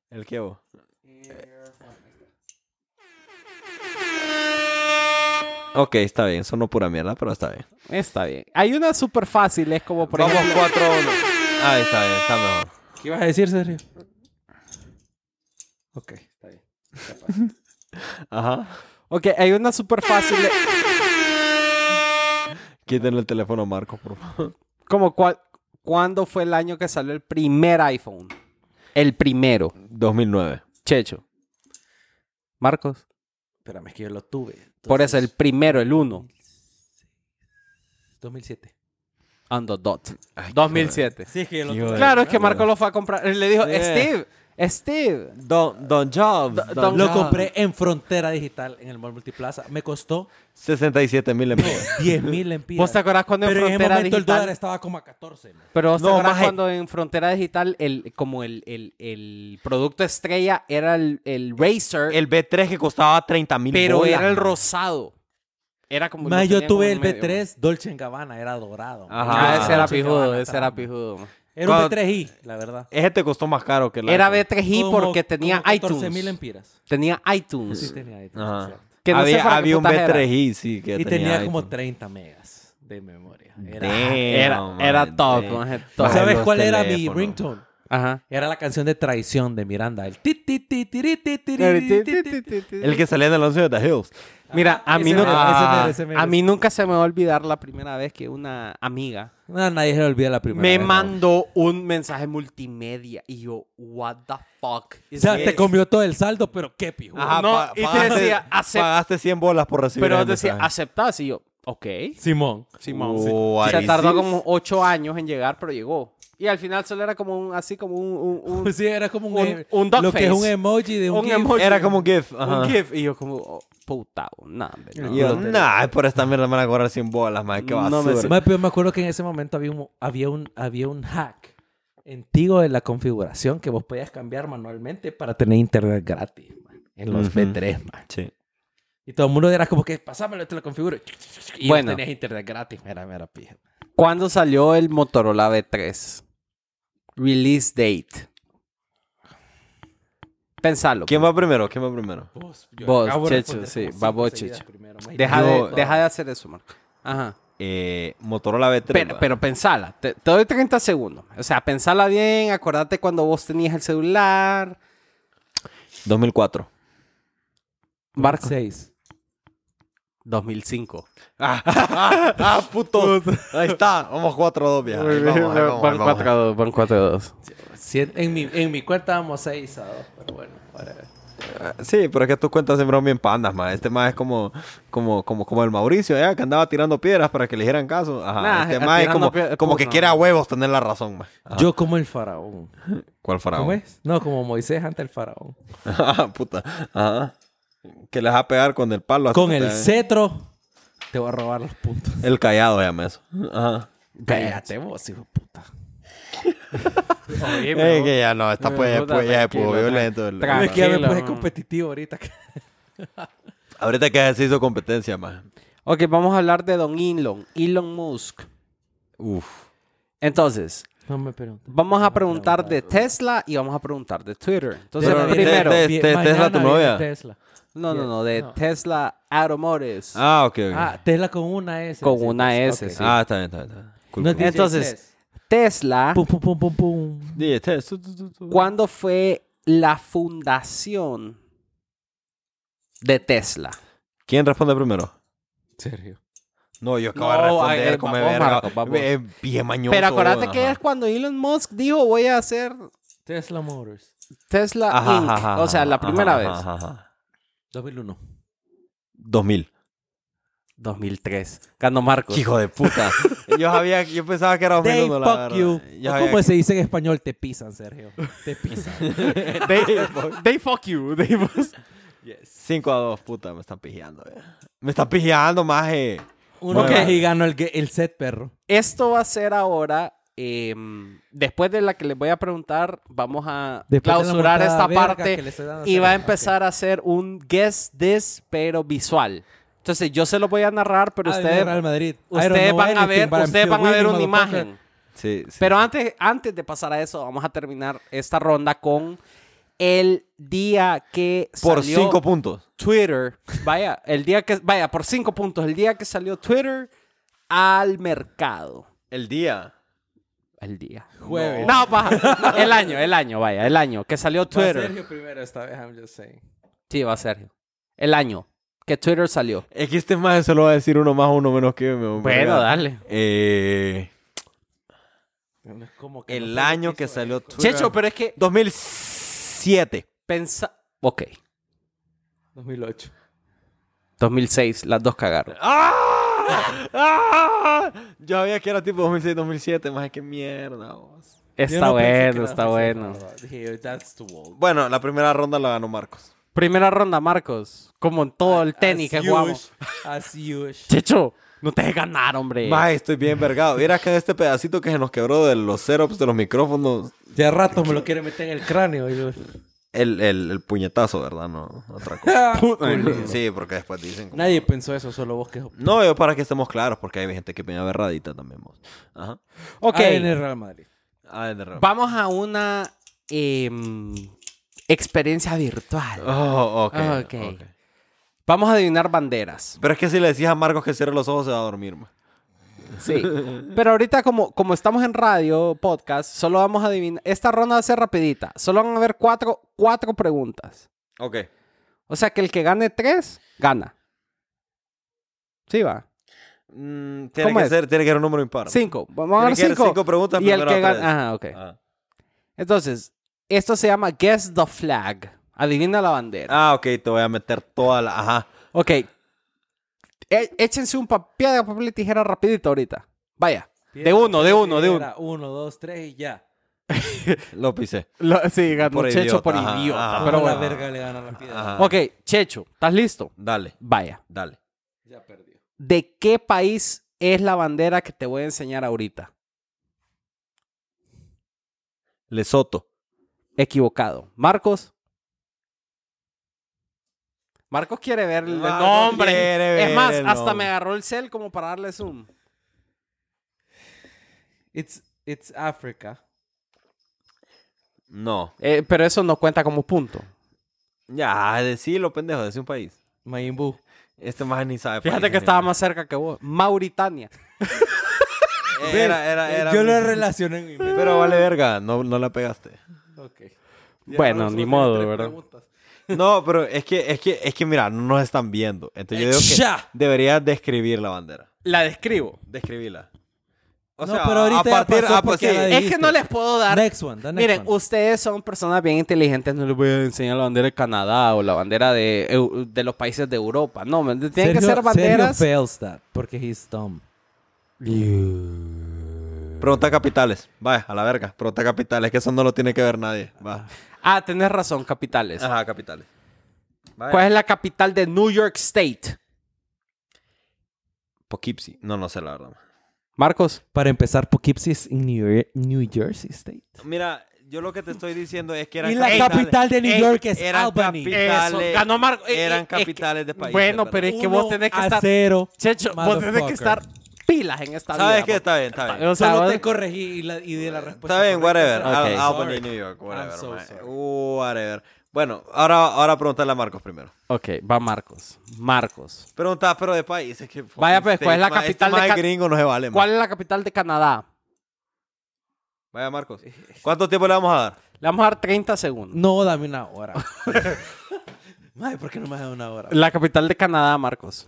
Speaker 5: ¿El qué, bo? Ok, está bien. Sonó pura mierda, pero está bien.
Speaker 4: Está bien. Hay una súper fácil, es como por
Speaker 5: Vamos
Speaker 4: ejemplo...
Speaker 5: 4-1. Ahí está bien, está mejor.
Speaker 3: ¿Qué ibas a decir, Sergio? Ok.
Speaker 5: Ajá.
Speaker 4: Ok, hay una súper fácil,
Speaker 5: Quítenle el teléfono a Marcos, por favor.
Speaker 4: como cua- cuándo fue el año que salió el primer iPhone. El primero,
Speaker 5: 2009.
Speaker 4: Checho. Marcos.
Speaker 3: Espérame, es que yo lo tuve.
Speaker 4: Por eso, el
Speaker 3: Entonces,
Speaker 4: primero, el uno.
Speaker 3: 2007.
Speaker 4: on the dot. 2007.
Speaker 7: Sí, es que yo lo
Speaker 5: Tío,
Speaker 4: Claro, es que Marco lo fue a comprar. Le dijo,
Speaker 5: Yeah.
Speaker 4: Steve, Steve.
Speaker 5: Don, don Jobs.
Speaker 4: Don-
Speaker 5: Don
Speaker 4: Don
Speaker 3: Lo
Speaker 5: Jobs.
Speaker 3: compré en Frontera Digital, en el Mall Multiplaza. Me costó
Speaker 5: 67 mil empleos.
Speaker 3: 10 mil lempiras.
Speaker 4: ¿Vos te acordás cuando en
Speaker 3: Pero en ese
Speaker 4: Frontera
Speaker 3: momento el
Speaker 4: Digital?
Speaker 3: dólar estaba como a 14. man.
Speaker 4: Pero ¿vos te
Speaker 5: No,
Speaker 4: acordás
Speaker 5: maje.
Speaker 4: cuando en Frontera Digital el, como el, el, el producto estrella era el, el Razer,
Speaker 5: El B3 que costaba 30 mil
Speaker 4: pero era el rosado. Era como...
Speaker 3: Ma,
Speaker 4: lo
Speaker 3: yo
Speaker 4: tenía como
Speaker 3: tuve
Speaker 4: en
Speaker 3: el
Speaker 4: medio,
Speaker 3: B3 Dolce Gabbana, era dorado. man.
Speaker 5: Ajá.
Speaker 4: Ah, ese era
Speaker 3: Dolce
Speaker 4: pijudo,
Speaker 3: Gabbana
Speaker 4: ese era
Speaker 3: estaba.
Speaker 4: pijudo. man.
Speaker 3: Era un
Speaker 5: Cuando-
Speaker 3: B3i, la verdad.
Speaker 5: Ese te Este costó más caro que el
Speaker 4: Era
Speaker 5: iPhone.
Speaker 4: B3i porque tenía
Speaker 3: mil
Speaker 4: iTunes.
Speaker 3: empiras.
Speaker 4: Tenía
Speaker 3: Sí,
Speaker 4: iTunes.
Speaker 3: tenía iTunes.
Speaker 5: Ajá.
Speaker 3: cierto.
Speaker 4: Que no sé
Speaker 5: había
Speaker 4: para qué
Speaker 5: había un
Speaker 4: putas era.
Speaker 5: B3i, sí, que
Speaker 3: Y tenía como
Speaker 5: iPhone.
Speaker 3: 30 megas de memoria. Era-
Speaker 4: Era,
Speaker 5: Damn,
Speaker 4: era
Speaker 5: man,
Speaker 4: top,
Speaker 5: damn.
Speaker 4: maje, top.
Speaker 5: Baja
Speaker 3: ¿Sabes
Speaker 5: los
Speaker 3: cuál era mi
Speaker 5: teléfonos.
Speaker 3: ringtone?
Speaker 4: Ajá.
Speaker 3: Era la canción de traición de Miranda. El ti, ti, ti, tiri, ti, tiri, ti, ti, ti.
Speaker 5: El que salía en el anuncio de The Hills.
Speaker 4: Eh, Mira, a
Speaker 3: Ese
Speaker 4: mí,
Speaker 3: mero,
Speaker 4: nunca,
Speaker 3: ese mero, ese mero.
Speaker 4: a mí nunca se me va a olvidar la primera vez que una amiga
Speaker 3: No, nadie se le olvida la primera.
Speaker 4: me
Speaker 3: vez, ¿no?
Speaker 4: mandó un mensaje multimedia y yo, what the fuck.
Speaker 3: O
Speaker 4: is
Speaker 3: sea,
Speaker 4: this?"
Speaker 3: te comió todo el saldo, pero
Speaker 4: Ah.
Speaker 3: qué pijo.
Speaker 4: Ajá, No, y te
Speaker 5: pagaste-
Speaker 4: decía, acep-
Speaker 5: Pagaste 100 bolas por recibir
Speaker 4: Pero
Speaker 5: el
Speaker 4: decía,
Speaker 5: mensaje.
Speaker 4: aceptas y yo, ok.
Speaker 3: Simón.
Speaker 4: Simón,
Speaker 5: Oh,
Speaker 4: Se
Speaker 5: Aris.
Speaker 4: tardó como ocho años en llegar, pero llegó. Y al final solo era como un, así como un, un, un,
Speaker 3: Sí, era como un,
Speaker 4: Un-
Speaker 3: em-
Speaker 4: un dog
Speaker 3: lo que es
Speaker 4: face.
Speaker 3: un emoji de un,
Speaker 4: Un
Speaker 3: gif.
Speaker 4: emoji.
Speaker 5: Era como un GIF.
Speaker 4: un
Speaker 5: Ajá.
Speaker 4: gif. Y yo como, oh, puta, no, hombre, no.
Speaker 5: Y yo, nah, por esta mierda me van a cobrar 100 bolas, man. Qué
Speaker 4: No me
Speaker 5: basura.
Speaker 3: Más, pero me acuerdo que en ese momento había un, había un, había un hack en Tigo de la configuración que vos podías cambiar manualmente para tener internet gratis man, en los
Speaker 5: Ujú.
Speaker 3: B3, man.
Speaker 5: Sí.
Speaker 3: Y todo el mundo era como que, pasámelo, te lo configuro. Y
Speaker 4: Bueno.
Speaker 3: bueno. tenías internet gratis. Mira, mira, pija.
Speaker 4: ¿Cuándo salió el Motorola V3? Release date. Pensalo.
Speaker 5: ¿Quién va primero? ¿Quién va primero?
Speaker 3: Vos,
Speaker 4: Vos,
Speaker 3: acabo de
Speaker 4: Checho,
Speaker 3: responder
Speaker 4: sí,
Speaker 3: como
Speaker 4: va
Speaker 3: cinco
Speaker 4: vos,
Speaker 3: seguidas
Speaker 4: Checho.
Speaker 3: primero, man.
Speaker 4: Deja,
Speaker 5: Yo-
Speaker 4: de, deja de hacer eso, Marco. Ajá.
Speaker 5: Eh, Motorola B3.
Speaker 4: Pero,
Speaker 5: va.
Speaker 4: pero pensala. Te, te doy 30 segundos. O sea, pensala bien. Acordate cuando vos tenías el celular.
Speaker 5: 2004.
Speaker 4: Marco.
Speaker 3: Seis.
Speaker 4: 2005.
Speaker 5: Ah, ah, ah, putos. Ahí está. Vamos 4-2, vieja. Ahí vamos, ahí vamos, ahí vamos.
Speaker 4: 2. Van 4 2.
Speaker 3: Siete- En mi, en mi cuenta vamos seis a dos, pero bueno. whatever.
Speaker 5: Sí, pero es que tus cuentas siempre son bien pandas, man. Este más es como, como, como, como el Mauricio, ¿eh? que andaba tirando piedras para que le hicieran caso. Ajá.
Speaker 4: Nah,
Speaker 5: este
Speaker 4: a-
Speaker 5: más es
Speaker 4: tirando
Speaker 5: como,
Speaker 4: piedras,
Speaker 5: como que
Speaker 4: puta.
Speaker 5: quiere a huevos tener la razón, man.
Speaker 4: Ah.
Speaker 5: Ajá.
Speaker 3: Yo como el faraón.
Speaker 5: ¿Cuál faraón?
Speaker 3: ¿Cómo es? No, como Moisés ante el faraón.
Speaker 5: Ajá, puta. Ajá. Que les va a pegar con el palo. así
Speaker 3: Con
Speaker 5: que
Speaker 3: el
Speaker 5: te-
Speaker 3: cetro te voy a robar los puntos.
Speaker 5: El callado, llama eso. Ajá.
Speaker 3: Cállate vos, hijo de puta.
Speaker 5: Es que ya no, esta
Speaker 4: Eh,
Speaker 5: pues,
Speaker 4: puta,
Speaker 5: pues, ya se
Speaker 4: tranquilo,
Speaker 5: puso violento. el-
Speaker 4: tranquilo.
Speaker 3: es que ya me
Speaker 4: Tranquilo,
Speaker 3: puse
Speaker 4: man.
Speaker 3: competitivo ahorita.
Speaker 5: Ahorita que se hizo competencia, más.
Speaker 4: Ok, vamos a hablar de Don Elon. Elon Musk.
Speaker 5: Uf.
Speaker 4: Entonces,
Speaker 3: No me preguntes.
Speaker 4: Vamos a preguntar de Tesla y vamos a preguntar de Twitter. Entonces,
Speaker 5: Pero-
Speaker 4: primero.
Speaker 5: de- de- Tesla, tu novia.
Speaker 3: Tesla.
Speaker 4: no, no, no, de
Speaker 3: No.
Speaker 4: Tesla Automotives.
Speaker 5: Ah, ok. ok.
Speaker 3: Ah, Tesla con una S.
Speaker 4: Con
Speaker 3: decís.
Speaker 4: una S,
Speaker 3: Ok.
Speaker 4: sí.
Speaker 5: Ah, está bien, está bien. Está bien. Cool,
Speaker 3: No
Speaker 5: cool.
Speaker 3: dice
Speaker 4: Entonces, ah.
Speaker 3: S.
Speaker 4: Tesla,
Speaker 3: Pum, pum, pum, pum, pum.
Speaker 5: Sí, este es- tu, tu, tu, tu.
Speaker 4: ¿cuándo fue la fundación de Tesla?
Speaker 5: ¿Quién responde primero?
Speaker 3: Serio.
Speaker 5: No, yo acabo de
Speaker 4: No,
Speaker 5: responder,
Speaker 4: eh,
Speaker 5: come
Speaker 4: vamos,
Speaker 5: verga.
Speaker 4: Marco, vamos.
Speaker 5: Eh, bien mañoso.
Speaker 4: Pero acuérdate que
Speaker 5: ajá.
Speaker 4: es cuando Elon Musk dijo voy a hacer
Speaker 3: Tesla Motors.
Speaker 4: Tesla
Speaker 5: Ajá,
Speaker 4: Inc.
Speaker 5: ajá,
Speaker 4: o sea, la
Speaker 5: ajá,
Speaker 4: primera
Speaker 5: ajá,
Speaker 4: vez.
Speaker 5: ajá, ajá.
Speaker 3: 2001.
Speaker 5: 2000.
Speaker 4: 2003. Ganó Marcos.
Speaker 5: Hijo de puta. yo sabía, yo pensaba que era 2001,
Speaker 3: They
Speaker 5: la
Speaker 3: fuck
Speaker 5: verdad.
Speaker 3: you.
Speaker 5: Yo
Speaker 3: ¿O
Speaker 5: sabía
Speaker 3: ¿Cómo
Speaker 5: que-
Speaker 3: se dice en español? Te pisan, Sergio. Te pisan.
Speaker 4: They, they fuck you. They fuck-
Speaker 5: 5 a 2, puta, me están pijando. eh. Me están pijando, maje.
Speaker 3: Uno
Speaker 5: Ok.
Speaker 3: más y ganó el, ge- el set, perro.
Speaker 4: Esto va a ser ahora. em, después de la que les voy a preguntar, vamos a
Speaker 3: Después de la
Speaker 4: clausurar
Speaker 3: montada
Speaker 4: esta
Speaker 3: verga
Speaker 4: parte
Speaker 3: que le estoy dando
Speaker 4: y va a
Speaker 3: Sergio.
Speaker 4: empezar a hacer un guess this, pero visual. Entonces yo se lo voy a narrar, pero
Speaker 3: Ah, de
Speaker 4: ustedes,
Speaker 3: Real Madrid. I don't
Speaker 4: ustedes
Speaker 3: know
Speaker 4: van a
Speaker 3: anything,
Speaker 4: ver,
Speaker 3: but I'm
Speaker 4: ustedes
Speaker 3: still
Speaker 4: van a ver
Speaker 3: winning,
Speaker 4: una
Speaker 3: motherfucker.
Speaker 4: imagen.
Speaker 5: Sí, sí.
Speaker 4: Pero antes, antes de pasar a eso, vamos a terminar esta ronda con el día que
Speaker 5: Por
Speaker 4: salió
Speaker 5: 5 puntos.
Speaker 4: Twitter, vaya, el día que vaya por cinco puntos, el día que salió Twitter al mercado.
Speaker 5: El día.
Speaker 4: El día.
Speaker 3: Jueves.
Speaker 4: No, paja. El año, el año, vaya, el año. Que salió
Speaker 3: Va
Speaker 4: Twitter.
Speaker 3: Sergio primero esta vez, I'm just saying.
Speaker 4: Sí, va Sergio. El año que Twitter salió.
Speaker 5: Es que este maje se lo va a decir uno más, uno menos que yo, me- me
Speaker 4: Bueno,
Speaker 5: regala.
Speaker 4: dale.
Speaker 5: Eh,
Speaker 3: No es como que
Speaker 5: el
Speaker 3: no fue
Speaker 5: año que
Speaker 3: hizo,
Speaker 5: salió
Speaker 3: eh.
Speaker 5: Twitter.
Speaker 4: Checho, pero es que
Speaker 5: 2007.
Speaker 4: pensa. Ok.
Speaker 3: 2008.
Speaker 4: 2006, las dos cagaron.
Speaker 5: ¡Ah! ¡Ah! Yo sabía que era tipo 2006-2007, más que mierda. vos.
Speaker 4: Está bueno, está bueno.
Speaker 3: Dije yo, that's too old.
Speaker 5: Bueno, la primera ronda la ganó Marcos.
Speaker 4: Primera ronda, Marcos. Como en todo el tenis que
Speaker 3: As
Speaker 4: jugamos.
Speaker 3: usual, As usual.
Speaker 4: Checho, no te dejes ganar, hombre.
Speaker 5: Mae, estoy bien vergado. Mira que este pedacito que se nos quebró de los setups de los micrófonos,
Speaker 3: Ya rato me lo quiere meter en el cráneo. y yo-
Speaker 5: el, el- el puñetazo, ¿verdad? No, otra cosa. sí, porque después dicen. como-
Speaker 3: Nadie pensó eso, solo vos que...
Speaker 5: No, yo para que estemos claros, porque hay gente que peña berradita también. vos. Ajá.
Speaker 4: Ok,
Speaker 3: ADN Real Madrid.
Speaker 5: Ay, de raro.
Speaker 4: vamos a una em, experiencia virtual.
Speaker 5: Oh, ok.
Speaker 4: Ok. Vamos a adivinar banderas.
Speaker 5: Pero es que si le decías a Marcos que cierre los ojos, se va a dormir. ma.
Speaker 4: Sí. Pero ahorita, como, como estamos en radio, podcast, solo vamos a adivinar. Esta ronda va a ser rapidita. Solo van a haber cuatro, cuatro preguntas.
Speaker 5: Ok.
Speaker 4: O sea que el que gane tres, gana. Sí, va.
Speaker 5: Mm, tiene,
Speaker 4: ¿Cómo
Speaker 5: que
Speaker 4: es?
Speaker 5: ser, tiene que ser un número impar.
Speaker 4: Cinco. Vamos a
Speaker 5: Tiene
Speaker 4: dar
Speaker 5: que ser
Speaker 4: cinco.
Speaker 5: cinco preguntas
Speaker 4: y el
Speaker 5: primero tres.
Speaker 4: que gana. Ajá, ok.
Speaker 5: Ah.
Speaker 4: Entonces, esto se llama Guess the Flag. Adivina la bandera.
Speaker 5: Ah, ok, te voy a meter toda la. Ajá.
Speaker 4: Ok. E- échense un pa- piedra, papel y tijera rapidito ahorita. Vaya. de uno, de uno, de uno.
Speaker 3: Era Uno, dos, tres y ya.
Speaker 5: Lo pisé.
Speaker 4: Lo- sí, ganó
Speaker 5: Por
Speaker 4: Checho
Speaker 5: idiota,
Speaker 4: por
Speaker 5: ajá,
Speaker 4: idiota.
Speaker 5: ajá.
Speaker 4: Pero
Speaker 3: Pero la
Speaker 4: bueno.
Speaker 3: verga le gana la piedra.
Speaker 5: Ajá.
Speaker 4: Ok, Checho, ¿estás listo?
Speaker 5: Dale,
Speaker 4: Vaya.
Speaker 5: dale.
Speaker 3: Ya perdió.
Speaker 4: ¿De qué país es la bandera que te voy a enseñar ahorita?
Speaker 5: Lesoto.
Speaker 4: Equivocado. Marcos. Marcos quiere ver el
Speaker 5: Marcos
Speaker 4: nombre.
Speaker 5: quiere ver
Speaker 4: es más,
Speaker 5: el
Speaker 4: hasta
Speaker 5: nombre.
Speaker 4: me agarró el cel como para darle zoom.
Speaker 3: It's, it's Africa.
Speaker 5: No.
Speaker 4: Eh, pero eso no cuenta como punto.
Speaker 5: Ya, decílo, pendejo, decí un país.
Speaker 3: Mayimbu.
Speaker 5: Este más ni sabe.
Speaker 4: Fíjate
Speaker 5: país,
Speaker 4: que estaba
Speaker 5: ni-
Speaker 4: más cerca que vos. Mauritania.
Speaker 5: Era, era, era.
Speaker 3: Yo lo relacioné en mi mente.
Speaker 5: Pero vale verga, no, no la pegaste.
Speaker 3: Ok.
Speaker 4: Bueno, ni modo, ¿verdad?
Speaker 5: No, pero es que, es que, es que mira, no nos están viendo. Entonces yo digo que
Speaker 3: Ya.
Speaker 5: deberías describir la bandera.
Speaker 4: La describo.
Speaker 5: Describirla.
Speaker 3: No, pero ahorita ya pasó porque
Speaker 5: ah, pues sí,
Speaker 3: ya la di-
Speaker 4: Es que no les puedo dar.
Speaker 3: Next one, the next
Speaker 4: Miren,
Speaker 3: one.
Speaker 4: ustedes son personas bien inteligentes. No les voy a enseñar la bandera de Canadá o la bandera de, eu- de los países de Europa. No, me- tienen que
Speaker 3: Sergio-
Speaker 4: ser banderas.
Speaker 3: Sergio fails that, porque he's dumb.
Speaker 5: Pregunta capitales. Vaya, a la verga. Pregunta capitales, que eso no lo tiene que ver nadie. Va.
Speaker 4: Ah, tenés razón, capitales.
Speaker 5: Ajá, capitales. Vaya.
Speaker 4: ¿Cuál es la capital de New York State?
Speaker 5: Poughkeepsie. No, no sé la verdad.
Speaker 4: Marcos.
Speaker 3: Para empezar, Poughkeepsie es en New, Yer- New Jersey State.
Speaker 5: Mira, yo lo que te estoy diciendo es que
Speaker 3: Y la capital de New
Speaker 5: Ey,
Speaker 3: York es
Speaker 5: eran
Speaker 3: Albany.
Speaker 5: capi- Capitales.
Speaker 4: Eso, ganó Marcos.
Speaker 3: eh,
Speaker 5: Eran capitales de países,
Speaker 4: Bueno,
Speaker 5: ¿verdad?
Speaker 4: pero es que vos
Speaker 3: Uno
Speaker 4: tenés que
Speaker 3: a
Speaker 4: estar.
Speaker 3: cero,
Speaker 4: Checho, vos tenés que
Speaker 3: motherfucker.
Speaker 4: estar pilas en esta
Speaker 5: ¿Sabes
Speaker 4: vida,
Speaker 5: qué?
Speaker 4: papá.
Speaker 5: Está bien, está bien.
Speaker 4: O sea,
Speaker 3: Solo
Speaker 4: vos-
Speaker 3: te corregí y, la, y di la respuesta.
Speaker 5: Está bien,
Speaker 3: correcta.
Speaker 5: whatever. Al-
Speaker 4: Ok.
Speaker 5: Albany,
Speaker 3: Sorry.
Speaker 5: New York, whatever.
Speaker 3: I'm so
Speaker 5: mae.
Speaker 3: sorry.
Speaker 5: Whatever. Bueno, ahora, ahora pregúntale a Marcos primero.
Speaker 4: Ok, va Marcos. Marcos.
Speaker 5: Pregunta, pero de país. Es que,
Speaker 4: Vaya, pues,
Speaker 5: este
Speaker 4: ¿cuál es la
Speaker 5: ma- este
Speaker 4: capital de
Speaker 5: mae
Speaker 4: Ca-
Speaker 5: gringo no se vale, mae.
Speaker 4: ¿Cuál es la capital de Canadá?
Speaker 5: Vaya, Marcos. ¿Cuánto tiempo le vamos a dar?
Speaker 4: Le vamos a dar 30 segundos.
Speaker 3: No, dame una hora. Madre, ¿por qué no me has dado una hora?
Speaker 4: La capital de Canadá, Marcos.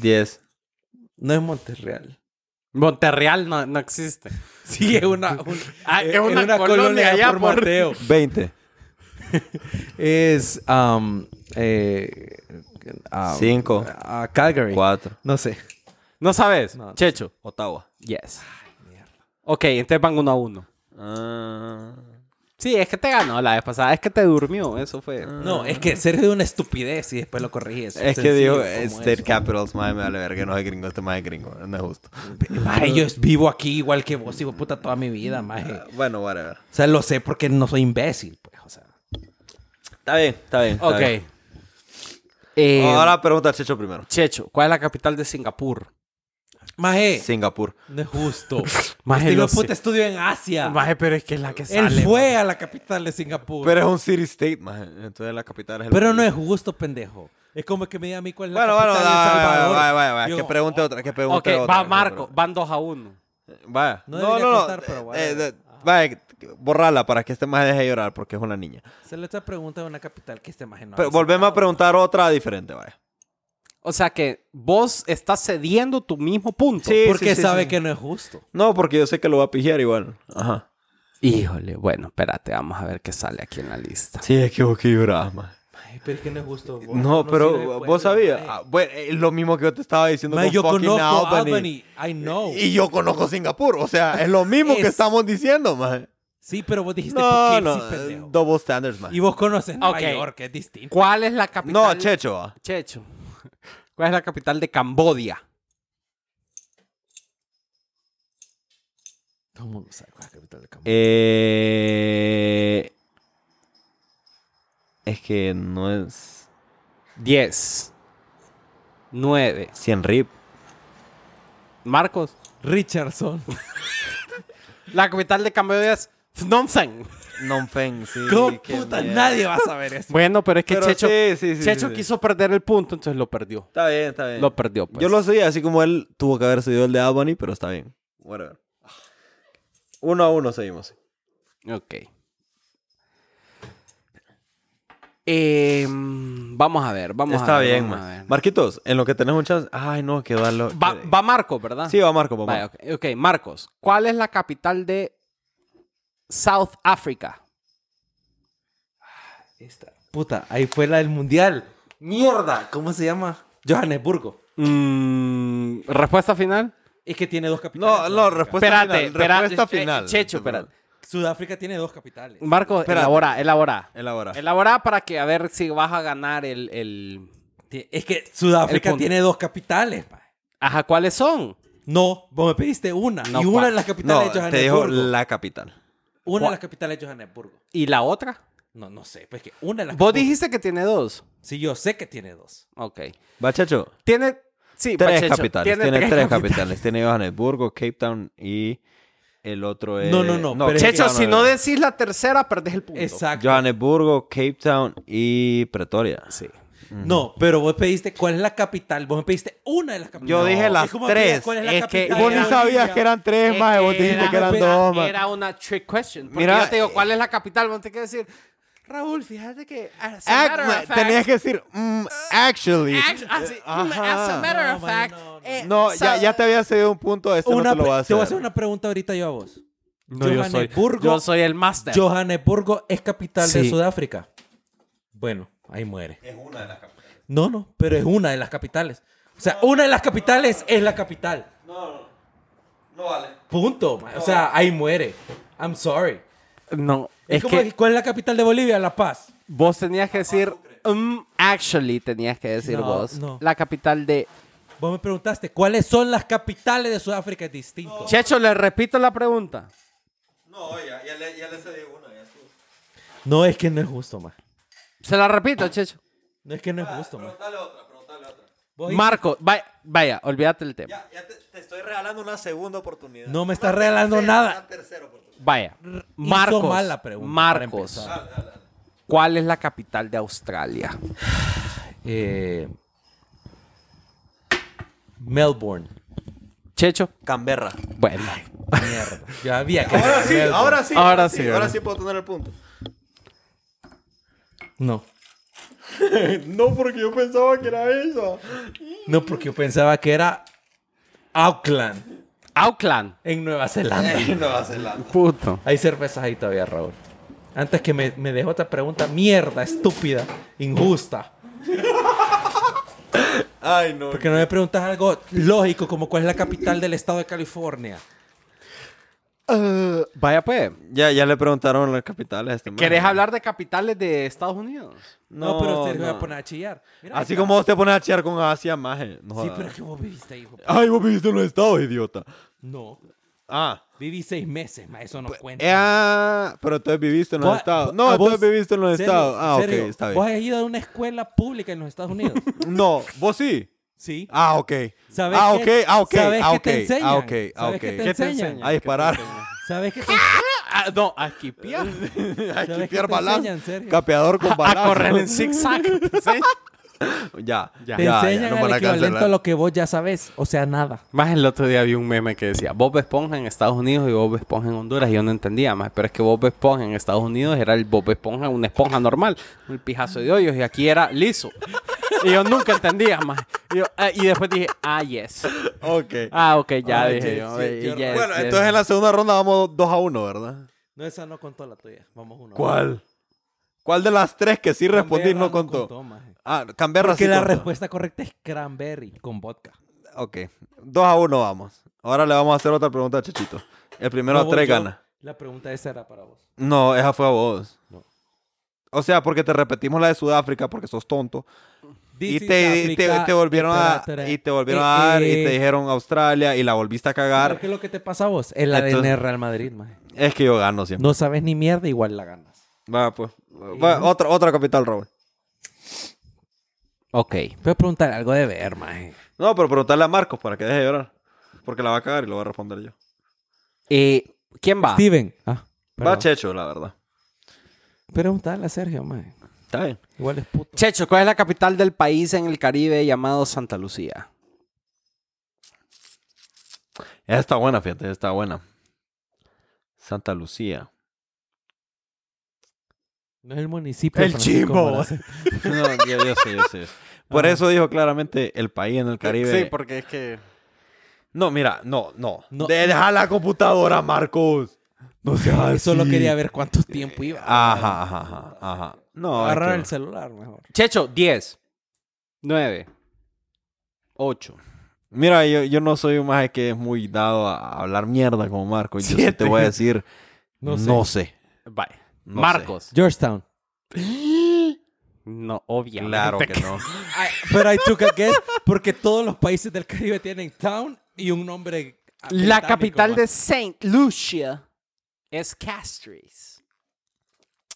Speaker 5: 10.
Speaker 3: No es Monterreal.
Speaker 4: Monterreal no, no existe.
Speaker 3: Sí, es una, un-
Speaker 4: Ah,
Speaker 3: es Eh, una, colonia, allá por Mateo.
Speaker 5: 20.
Speaker 3: Es. Um, eh, ah,
Speaker 5: 5.
Speaker 3: ah, Calgary.
Speaker 5: 4.
Speaker 3: No sé.
Speaker 4: ¿No sabes?
Speaker 3: No.
Speaker 4: Checho.
Speaker 5: Ottawa.
Speaker 4: Yes. Ok, entonces van uno a uno.
Speaker 5: Ah.
Speaker 4: Sí, es que te ganó la vez pasada. Es que te durmió. Eso fue.
Speaker 3: No, es que Sergio dio una estupidez y después lo corregí. Es,
Speaker 5: es que dijo
Speaker 3: digo
Speaker 5: State Capitals, madre, me vale verga, no es gringo, este madre es gringo, no es justo.
Speaker 3: yo vivo aquí igual que vos, hijo de puta, toda mi vida, maje.
Speaker 5: Ah, Bueno, whatever.
Speaker 3: O sea, lo sé porque no soy imbécil, pues, o sea.
Speaker 5: Está bien, está bien. está
Speaker 4: Ok.
Speaker 5: bien.
Speaker 4: Eh,
Speaker 5: Ahora pregunta a Checho primero.
Speaker 4: Checho, ¿cuál es la capital de Singapur?
Speaker 3: Maje,
Speaker 5: Singapur.
Speaker 3: no es justo.
Speaker 4: Maje,
Speaker 3: Maje,
Speaker 4: lo
Speaker 3: lo
Speaker 4: sé.
Speaker 3: puta estudio en Asia.
Speaker 4: pero es que es la que
Speaker 3: Él fue a la capital de Singapur.
Speaker 5: Pero
Speaker 3: Pero,
Speaker 5: es un city state, madre. Entonces la capital es el
Speaker 3: no es justo, pendejo. Es como que me diga a mí cuál es la
Speaker 5: Bueno, bueno,
Speaker 3: capital de
Speaker 5: vaya, vaya,
Speaker 3: Salvador.
Speaker 5: vaya, vaya, vaya,
Speaker 3: Yo,
Speaker 5: Que pregunte otra, que pregunte
Speaker 4: Ok,
Speaker 5: otra.
Speaker 4: va
Speaker 5: que
Speaker 4: Marco.
Speaker 5: pregunte-
Speaker 4: Van dos a uno.
Speaker 5: Vaya.
Speaker 3: No
Speaker 5: No, no,
Speaker 3: debería
Speaker 5: no.
Speaker 3: contar, pero
Speaker 5: eh,
Speaker 3: vaya.
Speaker 5: eh, vaya, borrala para que este más deje llorar porque es una niña.
Speaker 3: Se le está pregunta de una capital que este maje no ha
Speaker 5: Pero volvemos a
Speaker 3: visitado.
Speaker 5: preguntar otra diferente, vaya.
Speaker 4: O sea que vos estás cediendo tu mismo punto.
Speaker 5: Sí,
Speaker 3: Porque
Speaker 5: sí, sí,
Speaker 3: sabe
Speaker 5: sí.
Speaker 3: que no es justo.
Speaker 5: No, porque yo sé que lo va a pijear igual. Ajá.
Speaker 4: Híjole, bueno, espérate, vamos a ver qué sale aquí en la lista.
Speaker 5: Sí, es que vos que llorás, madre.
Speaker 3: Ay, pero es que no es justo. vos.
Speaker 5: No,
Speaker 3: Uno
Speaker 5: pero
Speaker 3: sí le puede-
Speaker 5: vos sabías.
Speaker 3: Ay.
Speaker 5: Ah, bueno, es lo mismo que yo te estaba diciendo
Speaker 3: Mae,
Speaker 5: con
Speaker 3: yo
Speaker 5: fucking
Speaker 3: conozco
Speaker 5: Albany.
Speaker 3: Albany. I know.
Speaker 5: Y yo conozco Singapur. O sea, es lo mismo que
Speaker 3: Es-
Speaker 5: estamos diciendo, man.
Speaker 3: Sí, pero vos dijiste
Speaker 5: No,
Speaker 3: porque
Speaker 5: no.
Speaker 3: sí, pendejo.
Speaker 5: Double standards, man.
Speaker 3: Y vos conoces Nueva
Speaker 4: Ok.
Speaker 3: York, que es distinto.
Speaker 4: ¿Cuál es la capital?
Speaker 5: No, Checho. ah.
Speaker 4: Checho. ¿Cuál es la capital de Cambodia?
Speaker 6: Todo el mundo sabe cuál es la capital de Camboya.
Speaker 5: Eh... Es que no es...
Speaker 4: 10. 9.
Speaker 5: 100 rip.
Speaker 4: Marcos.
Speaker 3: Richardson.
Speaker 4: La capital de Cambodia es Phnom Penh.
Speaker 5: Non feng, sí.
Speaker 3: ¿Cómo
Speaker 5: qué
Speaker 3: puta?
Speaker 5: mierda.
Speaker 3: Nadie va a saber eso.
Speaker 4: Bueno, pero es que
Speaker 5: Pero
Speaker 4: Checho,
Speaker 5: sí, sí, sí,
Speaker 4: Checho
Speaker 5: sí, sí.
Speaker 4: quiso perder el punto, entonces lo perdió.
Speaker 5: Está bien, está bien.
Speaker 4: Lo perdió, pues.
Speaker 5: Yo lo soy, así como él tuvo que haber sido el de Albany, pero está bien. Whatever. Uno a uno seguimos.
Speaker 4: Ok. Em, vamos a ver, vamos
Speaker 5: está
Speaker 4: a ver.
Speaker 5: bien,
Speaker 4: vamos a
Speaker 5: man.
Speaker 4: ver.
Speaker 5: Marquitos, en lo que tenés un chance... Ay, no, qué darlo.
Speaker 4: Va, va Marcos, ¿verdad?
Speaker 5: Sí, va Marco, va
Speaker 4: Vaya,
Speaker 5: Marco.
Speaker 4: ok. ok, Marcos, ¿cuál es la capital de South Africa?
Speaker 6: Esta. Puta, ahí fue la del mundial. ¡Mierda! ¿Cómo se llama? Johannesburgo.
Speaker 4: Mm, Respuesta final.
Speaker 3: Es que tiene dos capitales.
Speaker 5: No, no,
Speaker 3: Sudáfrica.
Speaker 5: respuesta
Speaker 4: Espérate,
Speaker 5: final.
Speaker 4: espérate,
Speaker 5: respuesta
Speaker 4: eh,
Speaker 5: final.
Speaker 4: Checho, espérate.
Speaker 3: Sudáfrica tiene dos capitales.
Speaker 4: Marcos,
Speaker 5: Espérate.
Speaker 4: elabora, elabora.
Speaker 5: Elabora.
Speaker 4: Elabora para que a ver si vas a ganar el. el-
Speaker 3: Ti- Es que
Speaker 4: El
Speaker 3: Sudáfrica
Speaker 4: punto.
Speaker 3: tiene dos capitales. mae.
Speaker 4: Ajá, ¿cuáles son?
Speaker 3: No, vos me pediste una.
Speaker 4: No,
Speaker 3: y una
Speaker 4: pa.
Speaker 3: de las capitales
Speaker 5: No,
Speaker 3: de
Speaker 5: te dijo
Speaker 3: Johannesburgo.
Speaker 5: la capital.
Speaker 3: Una de las capitales de Johannesburgo.
Speaker 4: ¿Y la otra?
Speaker 3: No, no sé. Pues que una de las
Speaker 4: Vos dijiste que tiene dos.
Speaker 3: Sí, yo sé que tiene dos.
Speaker 4: Ok.
Speaker 5: Va, Checho.
Speaker 4: Tiene. Sí,
Speaker 5: Tres
Speaker 4: Pachecho,
Speaker 5: capitales, tiene, tres, capitales. Tiene Johannesburgo, Cape Town y el otro es...
Speaker 3: No, no, no, pero-
Speaker 5: Cape
Speaker 4: Checho,
Speaker 5: Town
Speaker 4: si no
Speaker 5: es-
Speaker 4: decís la tercera, perdés el punto.
Speaker 3: Exacto.
Speaker 5: Johannesburgo, Cape Town y Pretoria.
Speaker 4: Sí.
Speaker 3: No, pero vos pediste cuál es la capital. Vos me pediste una de las capitales.
Speaker 5: Yo dije
Speaker 3: Es
Speaker 5: las
Speaker 3: como me pidas
Speaker 5: tres.
Speaker 3: ¿Cuál es la
Speaker 4: Es que
Speaker 3: capital?
Speaker 5: Vos
Speaker 3: de
Speaker 5: ni
Speaker 3: la
Speaker 5: sabías
Speaker 3: India.
Speaker 5: que eran tres,
Speaker 4: Eh,
Speaker 5: más. Vos dijiste
Speaker 4: era-
Speaker 5: que eran
Speaker 4: era-
Speaker 5: dos, más.
Speaker 4: Era una trick question. Porque
Speaker 5: Mira,
Speaker 4: yo te digo,
Speaker 5: eh,
Speaker 4: ¿cuál es la capital? Vos te quieres decir, Raúl, fíjate que. as a
Speaker 5: Ac-
Speaker 4: matter
Speaker 5: ma-
Speaker 4: of fact, uh,
Speaker 5: tenías que decir, mm, actually.
Speaker 4: act- as a- mm,
Speaker 5: Ajá.
Speaker 4: as a matter
Speaker 3: No,
Speaker 4: of
Speaker 3: man,
Speaker 4: fact,
Speaker 3: no, no.
Speaker 4: eh,
Speaker 5: No, ya,
Speaker 4: so-
Speaker 5: ya te había cedido un punto. Este
Speaker 3: Una
Speaker 5: no te lo
Speaker 3: pre-
Speaker 5: voy a
Speaker 3: te
Speaker 5: hacer.
Speaker 3: voy a hacer una pregunta ahorita yo a vos.
Speaker 4: No, yo soy,
Speaker 3: Johannesburgo-
Speaker 4: yo soy el máster.
Speaker 3: Johannesburgo es capital de
Speaker 4: Sí.
Speaker 3: Sudáfrica. Bueno, ahí muere. Es una de las capitales. No, no, pero es una de las capitales. O sea, una de las capitales es la capital. No, no vale. Punto. ma. O sea, ahí muere. I'm sorry.
Speaker 4: No,
Speaker 3: Es,
Speaker 4: es
Speaker 3: como,
Speaker 4: que
Speaker 3: ¿cuál es la capital de Bolivia? La Paz.
Speaker 4: vos tenías que decir, mm, actually, tenías que decir
Speaker 3: No,
Speaker 4: vos.
Speaker 3: no.
Speaker 4: La capital de.
Speaker 3: Vos me preguntaste, ¿cuáles son las capitales de Sudáfrica Es distinto.
Speaker 4: Checho, le repito la pregunta.
Speaker 5: No, ya, le, cedí una.
Speaker 3: No es que no es justo, más.
Speaker 4: Se la repito,
Speaker 3: Ah,
Speaker 4: Checho.
Speaker 3: No es que no es justo, más.
Speaker 5: otra, preguntale otra.
Speaker 4: Marco, vaya, vaya, olvídate el tema.
Speaker 5: Ya, te, estoy regalando una segunda oportunidad.
Speaker 3: No me estás regalando nada.
Speaker 4: Vaya. Marcos,
Speaker 3: mal la pregunta, para
Speaker 4: Marcos,
Speaker 3: empezar.
Speaker 4: ¿cuál es la capital de Australia?
Speaker 3: Eh, Melbourne.
Speaker 4: Checho.
Speaker 5: Canberra.
Speaker 4: Bueno.
Speaker 3: Mierda. Yo había que
Speaker 5: Ahora
Speaker 3: decir
Speaker 5: sí,
Speaker 3: Melbourne.
Speaker 5: ahora sí.
Speaker 4: Ahora sí,
Speaker 5: Ahora
Speaker 4: ahora
Speaker 5: sí puedo tener el punto.
Speaker 3: No.
Speaker 5: No, porque yo pensaba que era eso.
Speaker 3: No, porque yo pensaba que era Auckland,
Speaker 4: Auckland.
Speaker 3: en Nueva Zelanda.
Speaker 5: Nueva Zelanda.
Speaker 4: Puto.
Speaker 3: Hay cervezas ahí todavía, Raúl. Antes que me, me dejó otra pregunta, mierda, estúpida, injusta.
Speaker 5: Ay, no.
Speaker 3: Porque no me preguntas algo lógico como cuál es la capital del estado de California.
Speaker 4: vaya pues.
Speaker 5: Ya, ya le preguntaron las capitales a este man.
Speaker 4: ¿Querés hablar de capitales de Estados Unidos?
Speaker 3: No,
Speaker 5: No,
Speaker 3: pero Sergio
Speaker 5: no.
Speaker 3: va a poner a chillar. Mira,
Speaker 5: Así
Speaker 3: ahí está.
Speaker 5: como vos te pones a chillar con Asia, maje. No
Speaker 3: Sí,
Speaker 5: jodas.
Speaker 3: pero es que vos viviste ahí, hijo.
Speaker 5: Ay, vos viviste en los estados, idiota.
Speaker 3: No.
Speaker 5: Ah.
Speaker 3: Viví seis meses, ma, eso no cuenta.
Speaker 5: Eh, ah, pero entonces viviste en los
Speaker 3: Vos-
Speaker 5: estados.
Speaker 3: a
Speaker 5: No, entonces
Speaker 3: vos-
Speaker 5: viviste en los
Speaker 3: Sergio,
Speaker 5: estados. Ah,
Speaker 3: Sergio,
Speaker 5: ok, está
Speaker 3: Vos
Speaker 5: bien.
Speaker 3: has ido a una escuela pública en los Estados Unidos.
Speaker 5: No, vos sí.
Speaker 3: sí.
Speaker 5: Ah, ok.
Speaker 3: ¿Sabes
Speaker 5: ah,
Speaker 3: qué-
Speaker 5: ok, ah, ok,
Speaker 3: ¿Sabes
Speaker 5: ah,
Speaker 3: qué
Speaker 5: ok,
Speaker 3: te enseñan?
Speaker 5: ah, ok, ah,
Speaker 3: ¿Sabes
Speaker 5: ok. ah,
Speaker 3: qué te
Speaker 5: ¿Qué te
Speaker 3: enseñan?
Speaker 5: enseñan? A disparar.
Speaker 3: ¿Sabes qué te Ah,
Speaker 4: no, aquí pía.
Speaker 5: A
Speaker 3: qué
Speaker 5: esquipear
Speaker 3: te enseñan,
Speaker 5: balazo.
Speaker 3: Sergio?
Speaker 5: Capeador con balazo.
Speaker 4: A correr en zigzag. ¿sí?
Speaker 5: Ya, ya,
Speaker 3: Te
Speaker 5: Ah, ya,
Speaker 3: enseñan
Speaker 5: no
Speaker 3: al
Speaker 5: me van a
Speaker 3: equivalente
Speaker 5: cancelar.
Speaker 3: a lo que vos ya sabes. O sea, nada.
Speaker 4: Más el otro día vi un meme que decía Bob Esponja en Estados Unidos y Bob Esponja en Honduras. Y yo no entendía más. Pero es que Bob Esponja en Estados Unidos era el Bob Esponja, una esponja normal, un pijazo de hoyos. Y aquí era liso. Y yo nunca entendía más. Y, yo, ah, y después dije, ah, yes.
Speaker 5: Ok.
Speaker 4: Ah, ok, ya
Speaker 5: Ah,
Speaker 4: dije
Speaker 5: yes,
Speaker 4: yo.
Speaker 5: yes,
Speaker 4: eh,
Speaker 5: yes.
Speaker 4: yes,
Speaker 5: Bueno,
Speaker 4: yes.
Speaker 5: entonces en la segunda ronda vamos 2 a 1, ¿verdad?
Speaker 3: No, esa no contó la tuya. Vamos uno.
Speaker 5: ¿Cuál? ¿Cuál de las tres que sí respondí no contó?
Speaker 3: maje.
Speaker 5: Ah, cambiarla
Speaker 3: Porque
Speaker 5: sí
Speaker 3: la
Speaker 5: contó.
Speaker 3: respuesta correcta es cranberry con vodka.
Speaker 5: Ok. 2 a 1 vamos. Ahora le vamos a hacer otra pregunta a Chichito. El primero
Speaker 3: No,
Speaker 5: a
Speaker 3: vos,
Speaker 5: 3
Speaker 3: yo-
Speaker 5: gana.
Speaker 3: La pregunta esa era para vos.
Speaker 5: No, esa fue a vos. O sea, porque te repetimos la de Sudáfrica porque sos tonto. Y te, y Eh, te, te volvieron a, y te volvieron a dar y te dijeron Australia y la volviste a cagar.
Speaker 3: eh, ¿Qué es lo que te pasa a vos? El
Speaker 5: Entonces-
Speaker 3: ADN de Real Madrid, maje.
Speaker 5: Es que yo gano siempre.
Speaker 3: No sabes ni mierda, igual la ganas.
Speaker 5: Va, pues. Va, otra, otra capital, Raúl.
Speaker 3: Ok. Voy a preguntar algo de ver, maje.
Speaker 5: No, pero preguntarle a Marcos para que deje de llorar. Porque la va a cagar y lo va a responder yo.
Speaker 4: Eh, ¿Quién va?
Speaker 3: Steven. Ah,
Speaker 5: Va
Speaker 3: perdón.
Speaker 5: Checho, la verdad.
Speaker 3: Preguntale a Sergio, maje.
Speaker 5: Está bien.
Speaker 3: Igual es puto.
Speaker 4: Checho, ¿cuál es la capital del país en el Caribe llamado Santa Lucía?
Speaker 5: Esa está buena, fíjate, esa está buena. Santa Lucía.
Speaker 3: No es el municipio.
Speaker 5: El chimbo, No, yo, yo sé, yo sé. Por
Speaker 3: Ajá.
Speaker 5: eso dijo claramente el país en el Caribe.
Speaker 4: Sí, porque es que...
Speaker 5: No, mira, no, no.
Speaker 3: No.
Speaker 5: De- deja la computadora, Marcos. No seas así.
Speaker 3: Solo quería ver cuánto tiempo iba.
Speaker 5: Ajá, ajá, ajá, ajá. No, es
Speaker 3: Agarrar
Speaker 5: que-
Speaker 3: el celular mejor.
Speaker 4: Checho, 10. 9. 8.
Speaker 5: Mira, yo, yo no soy un maje que es muy dado a hablar mierda como Marcos. Yo sí te voy a decir, no sé. No sé.
Speaker 4: Vale. Marcos.
Speaker 3: Georgetown.
Speaker 4: No, obvio.
Speaker 5: Claro que no.
Speaker 3: Pero I took a guess porque todos los países del Caribe tienen town y un nombre.
Speaker 4: La
Speaker 3: británico,
Speaker 4: capital
Speaker 3: maje.
Speaker 4: de Saint Lucia es Castries.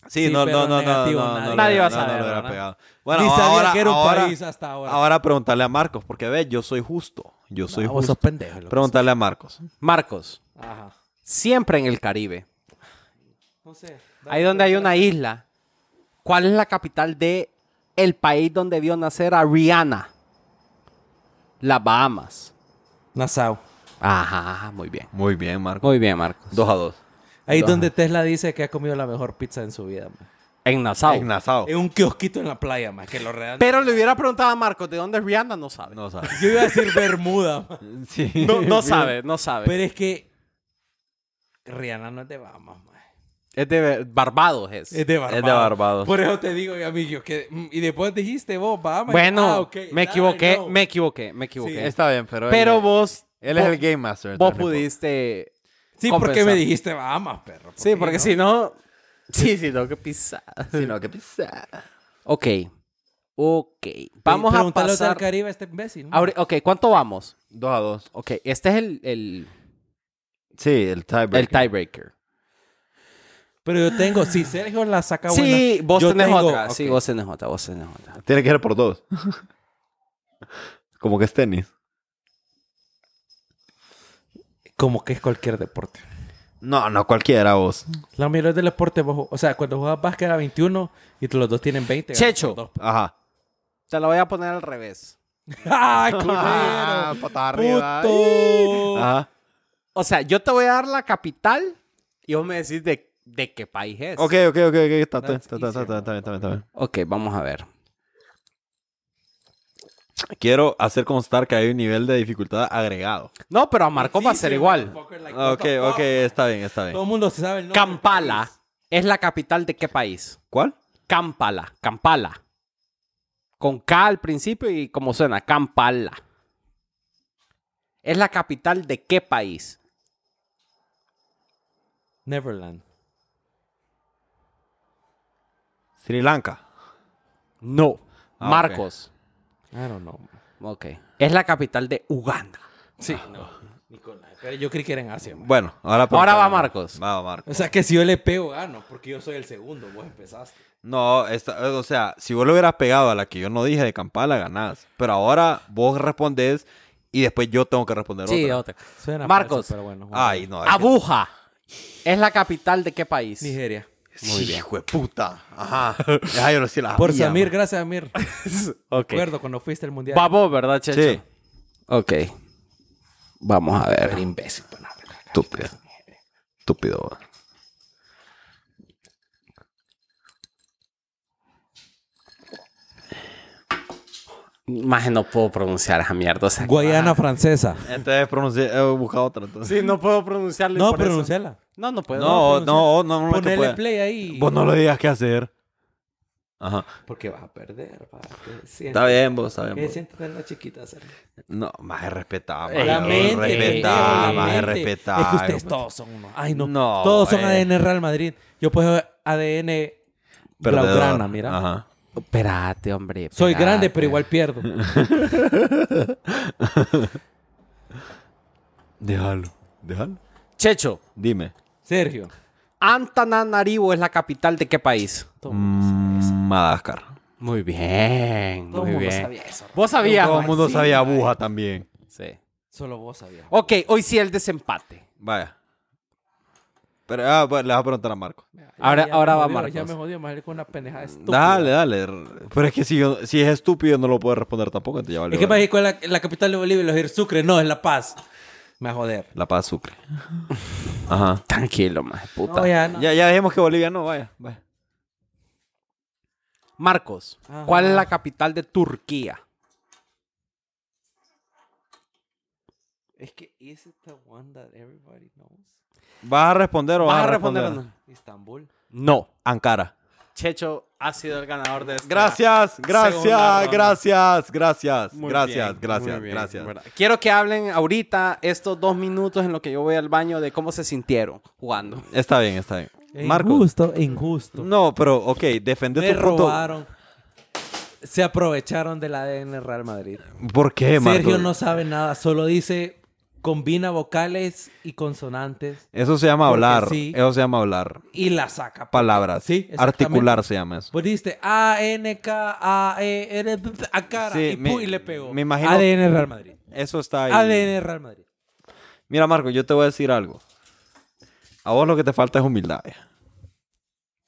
Speaker 5: Sí,
Speaker 3: Sí,
Speaker 5: no, no,
Speaker 3: pero
Speaker 5: no, no,
Speaker 3: negativo,
Speaker 5: no, no,
Speaker 3: nadie-
Speaker 4: nadie va a
Speaker 5: no, no, no,
Speaker 4: saber,
Speaker 5: no, no,
Speaker 3: ¿verdad?
Speaker 5: pegado. Bueno,
Speaker 3: Ni sabía
Speaker 5: ahora,
Speaker 3: que era un
Speaker 5: ahora,
Speaker 3: país hasta ahora.
Speaker 5: ahora preguntarle a Marcos, porque ve, yo soy justo. Yo soy
Speaker 3: Ah, vos
Speaker 5: justo.
Speaker 3: sos pendejo. loco.
Speaker 5: Preguntarle a Marcos.
Speaker 4: Marcos,
Speaker 3: Ajá.
Speaker 4: siempre en el Caribe.
Speaker 3: No sé.
Speaker 4: Ahí donde hay una isla. ¿Cuál es la capital de el país donde vio nacer a Rihanna? Las Bahamas.
Speaker 3: Nassau.
Speaker 4: Ajá, muy bien.
Speaker 5: Muy bien, Marcos.
Speaker 4: Muy bien, Marcos.
Speaker 5: Dos a dos.
Speaker 3: Ahí
Speaker 4: Ajá.
Speaker 3: donde Tesla dice que ha comido la mejor pizza en su vida. maje.
Speaker 4: En Nassau.
Speaker 5: En Nassau.
Speaker 3: En un kiosquito en la playa, más que lo real.
Speaker 4: Pero le hubiera preguntado a Marcos de dónde es Rihanna, no sabe.
Speaker 5: No sabe.
Speaker 3: Yo iba a decir Bermuda, maje.
Speaker 5: Sí.
Speaker 4: No, no sabe, no sabe.
Speaker 3: Pero es que. Rihanna no es de Bahamas, maje.
Speaker 4: es de Barbados, es.
Speaker 3: Es de Barbados.
Speaker 5: Es de Barbados.
Speaker 3: Por eso te digo, amigo, que... mm, Y después dijiste vos, Bahamas.
Speaker 4: Bueno,
Speaker 3: Ah, ok,
Speaker 4: me
Speaker 3: now I
Speaker 4: equivoqué,
Speaker 3: know.
Speaker 4: me equivoqué, me equivoqué. Este
Speaker 3: Sí.
Speaker 5: Está bien, pero.
Speaker 4: Pero vos,
Speaker 5: Él es
Speaker 4: vos-
Speaker 5: el Game Master.
Speaker 4: vos
Speaker 5: entonces no importa.
Speaker 4: pudiste.
Speaker 3: Sí, porque me
Speaker 4: compensar.
Speaker 3: dijiste Bahamas, perro. ¿Por
Speaker 4: Sí,
Speaker 3: qué
Speaker 4: porque
Speaker 3: no?
Speaker 4: si no. Sí, si no, que pisada.
Speaker 5: Sí, no, qué pisada.
Speaker 4: Ok. Ok. Vamos a
Speaker 3: Preguntale
Speaker 4: pasar.
Speaker 3: al Caribe a este imbécil. ¿no?
Speaker 4: Ahori- Ok, ¿cuánto vamos?
Speaker 5: Dos a dos.
Speaker 4: Ok, este es el, el,
Speaker 5: Sí, el tiebreaker.
Speaker 4: el tiebreaker.
Speaker 3: Pero yo tengo... Si Sergio la saca
Speaker 4: Sí,
Speaker 3: buena,
Speaker 4: vos
Speaker 3: yo
Speaker 4: tenés
Speaker 3: tengo-
Speaker 4: otra. Sí,
Speaker 3: ok.
Speaker 4: vos tenés otra, vos tenés otra.
Speaker 5: Tiene que ser por dos. Como que es tenis.
Speaker 3: Como que es cualquier deporte.
Speaker 5: No, no, cualquiera vos.
Speaker 3: La mayoría del deporte, vos- o sea, cuando juegas básquet era 21 y los dos tienen 20.
Speaker 4: Checho.
Speaker 3: ganas por dos.
Speaker 5: Ajá.
Speaker 4: Te la voy a poner al revés.
Speaker 3: ¡Ay, culero!
Speaker 5: Ah, patada arriba.
Speaker 3: ¡Puto! Ah.
Speaker 5: Ajá.
Speaker 4: O sea, yo te voy a dar la capital y vos me decís de, de qué país es.
Speaker 5: Ok, ok, ok, ok. Está, está,
Speaker 3: That's
Speaker 5: está, está, está, está bien, está bien, está bien.
Speaker 4: Ok, vamos a ver.
Speaker 5: Quiero hacer constar que hay un nivel de dificultad agregado.
Speaker 4: No, pero a Marco va a ser igual.
Speaker 5: Ah, Ok, ok, está bien, está
Speaker 3: Todo
Speaker 5: bien.
Speaker 3: el mundo se sabe el nombre.
Speaker 4: Kampala es la capital de qué país?
Speaker 5: ¿Cuál?
Speaker 4: Kampala, Kampala. Con K al principio y como suena, Kampala. ¿Es la capital de qué país?
Speaker 3: Neverland.
Speaker 5: Sri Lanka.
Speaker 4: No.
Speaker 5: Ah,
Speaker 4: Marcos.
Speaker 3: I don't know.
Speaker 4: Ok. Es la capital de Uganda. Ah,
Speaker 3: Sí, no. Nicolás. Pero yo creí que era en Asia. man.
Speaker 5: Bueno, ahora
Speaker 4: Ahora va
Speaker 5: preguntamos.
Speaker 4: Marcos.
Speaker 5: Va, va Marcos.
Speaker 3: O sea, que si yo le pego, gano. Porque yo soy el segundo. Vos empezaste.
Speaker 5: No, esta- eh, o sea, si vos lo hubieras pegado a la que yo no dije de Kampala, ganás. Pero ahora vos respondés y después yo tengo que responder
Speaker 4: Sí,
Speaker 5: otra.
Speaker 4: otra.
Speaker 3: Suena
Speaker 4: Marcos.
Speaker 3: falso, pero bueno. bueno.
Speaker 5: Ay, no. es que-
Speaker 4: Abuja. ¿Es la capital de qué país?
Speaker 3: Nigeria.
Speaker 5: Sí, hijo de puta. Ajá. Ay, yo lo sí la
Speaker 3: Por
Speaker 5: sabía,
Speaker 3: Samir,
Speaker 5: man.
Speaker 3: gracias, Samir.
Speaker 4: Ok.
Speaker 3: Recuerdo cuando fuiste al mundial.
Speaker 4: Babo, ¿verdad, Checho?
Speaker 5: Sí.
Speaker 4: Ok. Vamos a ver.
Speaker 3: imbécil. pues, no, pero-
Speaker 5: Estúpido. Estúpido. va.
Speaker 4: Más no puedo pronunciar esa mierda. o sea,
Speaker 3: Guayana francesa.
Speaker 5: Entonces pronuncié, he buscado otra entonces.
Speaker 4: Sí, no puedo pronunciarle.
Speaker 3: No,
Speaker 4: por eso.
Speaker 3: pronunciala.
Speaker 4: No, no puedo.
Speaker 5: No, no, no, no, no te
Speaker 3: Ponele
Speaker 5: puedes.
Speaker 3: play ahí.
Speaker 5: Vos no le digas qué hacer. Ajá.
Speaker 6: Porque vas a perder. va, ¿qué sientes?
Speaker 5: Está bien, vos, está bien.
Speaker 6: ¿Qué
Speaker 5: vos.
Speaker 6: sientes de la chiquita hacer?
Speaker 5: No, más respetaba,
Speaker 3: La mente,
Speaker 5: respetaba,
Speaker 3: eh,
Speaker 5: más
Speaker 3: la mente. Es que
Speaker 5: respetaba.
Speaker 3: ustedes todos son unos. Ay, no.
Speaker 5: No,
Speaker 3: todos son
Speaker 5: eh.
Speaker 3: ADN Real Madrid. Yo pues, puedo ADN Blaugrana, mira.
Speaker 5: Ajá.
Speaker 4: Espérate, hombre.
Speaker 3: Soy
Speaker 4: espérate.
Speaker 3: grande, pero igual pierdo.
Speaker 5: Déjalo, déjalo.
Speaker 4: Checho,
Speaker 5: Dime.
Speaker 3: Sergio.
Speaker 4: Antananarivo es la capital de qué país?
Speaker 5: Mm, Madagascar.
Speaker 4: Muy bien,
Speaker 3: Todo
Speaker 4: muy
Speaker 3: el mundo
Speaker 4: bien.
Speaker 3: sabía eso.
Speaker 4: Vos sabías.
Speaker 5: Todo el
Speaker 4: Mike?
Speaker 5: mundo
Speaker 4: Sí.
Speaker 5: sabía aguja también.
Speaker 4: Sí.
Speaker 3: Solo vos sabías.
Speaker 4: Ok, hoy sí el desempate.
Speaker 5: Vaya. Pero ah, bueno, le vas a preguntar a Marco.
Speaker 4: Ahora,
Speaker 3: Ya
Speaker 4: ahora
Speaker 3: me
Speaker 4: va
Speaker 3: jodió,
Speaker 4: Marcos.
Speaker 3: Ya me jodió, me salió con una pendejada estúpida.
Speaker 5: Dale, dale. r- Pero es que si, yo- si es estúpido no lo puedo responder tampoco. entonces ya valió
Speaker 3: ¿Y qué
Speaker 5: verga.
Speaker 3: país es la, la capital de Bolivia? Los ir Sucre, no, es La Paz. Me va a joder.
Speaker 5: La Paz Sucre. Ajá.
Speaker 4: Tranquilo, más puta.
Speaker 3: No, ya, no.
Speaker 5: Ya, ya dejemos que Bolivia no, vaya. vaya.
Speaker 4: Marcos,
Speaker 3: Ajá.
Speaker 4: ¿cuál es la capital de Turquía?
Speaker 3: Es que is it the one that everybody knows?
Speaker 5: ¿Vas a responder o vas,
Speaker 4: ¿Vas a responder o no?
Speaker 3: Istambul.
Speaker 4: No.
Speaker 5: Ankara.
Speaker 4: Checho ha sido el ganador de esta.
Speaker 5: Gracias,
Speaker 4: Segunda
Speaker 5: gracias,
Speaker 4: ronda.
Speaker 5: gracias, gracias,
Speaker 4: Muy
Speaker 5: gracias,
Speaker 4: bien,
Speaker 5: gracias,
Speaker 4: muy bien,
Speaker 5: gracias.
Speaker 4: ¿verdad? Quiero que hablen ahorita estos dos minutos en lo que yo voy al baño de cómo se sintieron jugando.
Speaker 5: Está bien, está bien. Marco.
Speaker 3: Injusto, injusto.
Speaker 5: No, pero ok, defende
Speaker 3: Me
Speaker 5: tu punto.
Speaker 3: robaron. Se aprovecharon del ADN Real Madrid.
Speaker 5: ¿Por qué, Eh, Marco?
Speaker 3: Sergio no sabe nada, solo dice combina vocales y consonantes
Speaker 5: Eso se llama
Speaker 3: Porque
Speaker 5: hablar.
Speaker 3: sí.
Speaker 5: Eso se llama hablar.
Speaker 3: y la saca.
Speaker 5: Palabras.
Speaker 3: Sí, exactamente.
Speaker 5: Articular se llama eso.
Speaker 3: Pues dijiste A, N, K, A, E, R, P, P, a cara
Speaker 5: Sí,
Speaker 3: y,
Speaker 5: me-
Speaker 3: pu, y le pegó.
Speaker 5: me imagino-
Speaker 3: ADN Real Madrid.
Speaker 5: Eso está ahí.
Speaker 3: ADN Real Madrid.
Speaker 5: Mira, Marco, yo te voy a decir algo. A vos lo que te falta es humildad. ya.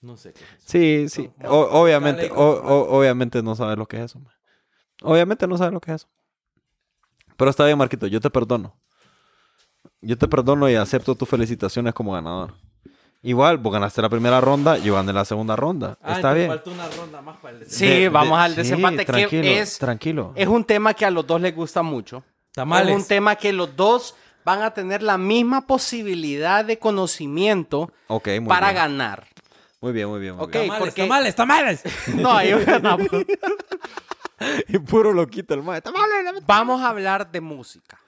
Speaker 3: No sé qué es. eso.
Speaker 5: Sí, sí.
Speaker 3: No,
Speaker 5: O- obviamente,
Speaker 3: dale,
Speaker 5: o- o- obviamente no sabes lo que es eso. man. Obviamente no sabes lo que es eso. Pero está bien, Marquito, yo te perdono. Yo te perdono y acepto tus felicitaciones como ganador. Igual, vos ganaste la primera ronda, yo gané la segunda ronda.
Speaker 3: Ah,
Speaker 5: está
Speaker 3: te
Speaker 5: bien.
Speaker 3: faltó una ronda más para el desempate.
Speaker 4: Sí, vamos al desempate, que
Speaker 5: Tranquilo,
Speaker 4: es-
Speaker 5: tranquilo.
Speaker 4: Es un tema que a los dos les gusta mucho.
Speaker 3: Tamales.
Speaker 4: Es un tema que los dos van a tener la misma posibilidad de conocimiento
Speaker 5: Ok, muy
Speaker 4: para
Speaker 5: bien.
Speaker 4: ganar.
Speaker 5: Muy bien, muy bien. Muy
Speaker 4: Ok.
Speaker 5: bien.
Speaker 3: Tamales,
Speaker 4: porque-
Speaker 3: tamales, tamales.
Speaker 4: No, ahí ganamos.
Speaker 5: Y puro loquito el maestro.
Speaker 4: Vamos a hablar de música.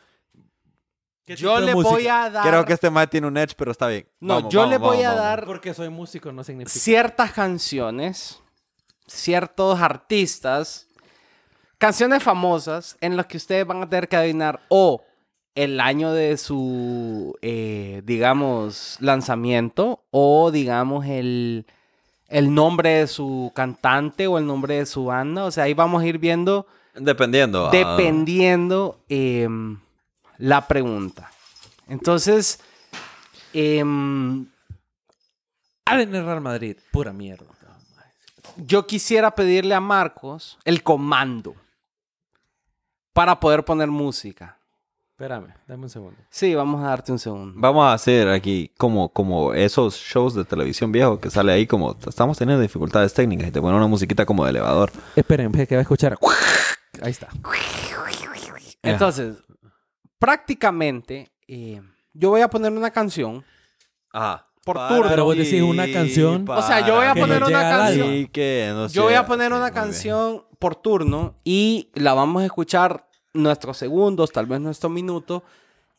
Speaker 3: ¿Qué
Speaker 4: Yo
Speaker 3: tipo de
Speaker 4: le
Speaker 3: música?
Speaker 4: voy a dar.
Speaker 5: Creo que este maestro tiene un edge, pero está bien.
Speaker 4: No,
Speaker 5: Vamos,
Speaker 4: yo
Speaker 5: vamos,
Speaker 4: le voy
Speaker 5: vamos,
Speaker 4: a
Speaker 5: vamos.
Speaker 4: dar
Speaker 3: Porque soy músico, no significa.
Speaker 4: ciertas canciones, ciertos artistas, canciones famosas en las que ustedes van a tener que adivinar o el año de su, eh, digamos, lanzamiento o, digamos, el, el nombre de su cantante o el nombre de su banda. O sea, ahí vamos a ir viendo
Speaker 5: Dependiendo. ah.
Speaker 4: dependiendo em, la pregunta. Entonces, em,
Speaker 3: ADN Real Madrid, pura mierda.
Speaker 4: yo quisiera pedirle a Marcos el comando para poder poner música.
Speaker 3: Espérame, dame un segundo.
Speaker 4: Sí, vamos a darte un segundo.
Speaker 5: Vamos a hacer aquí como, como esos shows de televisión viejo que sale ahí como estamos teniendo dificultades técnicas y te ponen una musiquita como de elevador.
Speaker 3: Esperen, que va a escuchar. Ahí está.
Speaker 4: Entonces, prácticamente, eh, yo voy a poner una canción.
Speaker 5: Ajá.
Speaker 4: Por turno.
Speaker 3: Pero vos decís una canción.
Speaker 5: Ah, para
Speaker 4: O sea, yo voy a
Speaker 5: mí,
Speaker 4: poner
Speaker 3: nos llega
Speaker 4: una
Speaker 3: al alma.
Speaker 4: canción.
Speaker 5: sí, que no
Speaker 4: Yo voy
Speaker 5: sea-
Speaker 4: a poner
Speaker 5: sí, muy
Speaker 4: una
Speaker 5: bien.
Speaker 4: canción por turno y la vamos a escuchar nuestros segundos, tal vez nuestro minuto.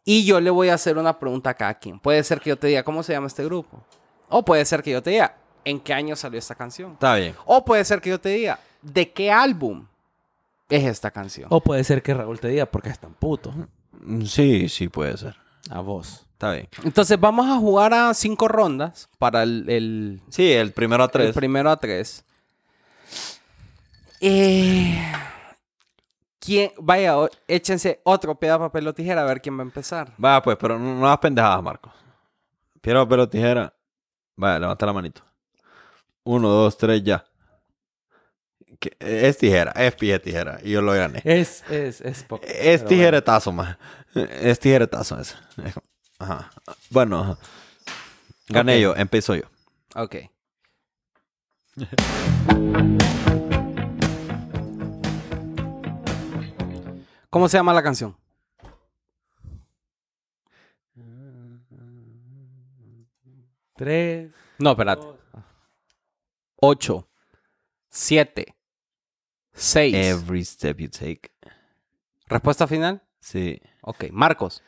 Speaker 4: Y yo le voy a hacer una pregunta a cada quien. Puede ser que yo te diga cómo se llama este grupo. O puede ser que yo te diga en qué año salió esta canción.
Speaker 5: Está bien.
Speaker 4: O puede ser que yo te diga de qué álbum es esta canción.
Speaker 3: O puede ser que Raúl te diga porque es tan puto.
Speaker 5: Mm, Sí, sí puede ser.
Speaker 3: A vos.
Speaker 5: Está bien.
Speaker 4: Entonces vamos a jugar a cinco rondas para el, el-
Speaker 5: Sí, el primero a
Speaker 4: el
Speaker 5: tres.
Speaker 4: primero a tres. Eh, ¿quién? Vaya, o- échense otro pedazo de papel o tijera a ver quién va a empezar.
Speaker 5: Va, pues, pero no, no hagas pendejadas, Marco. Piedra, papel o tijera. Vaya, levanta la manito. Uno, dos, tres, ya. Que- Es tijera, es pie tijera. Y yo lo gané.
Speaker 3: Es, es, es poco.
Speaker 5: Es
Speaker 3: pero
Speaker 5: tijeretazo, más. Es tijeretazo ese. Es como- Ajá. Bueno, ajá. gané
Speaker 4: Ok.
Speaker 5: yo, empiezo yo.
Speaker 4: Ok. ¿Cómo se llama la canción?
Speaker 3: bueno. Tres.
Speaker 4: No, espérate. Ocho. 7, 6.
Speaker 5: Every step you take.
Speaker 4: Respuesta final.
Speaker 5: Sí.
Speaker 4: Ok, Marcos.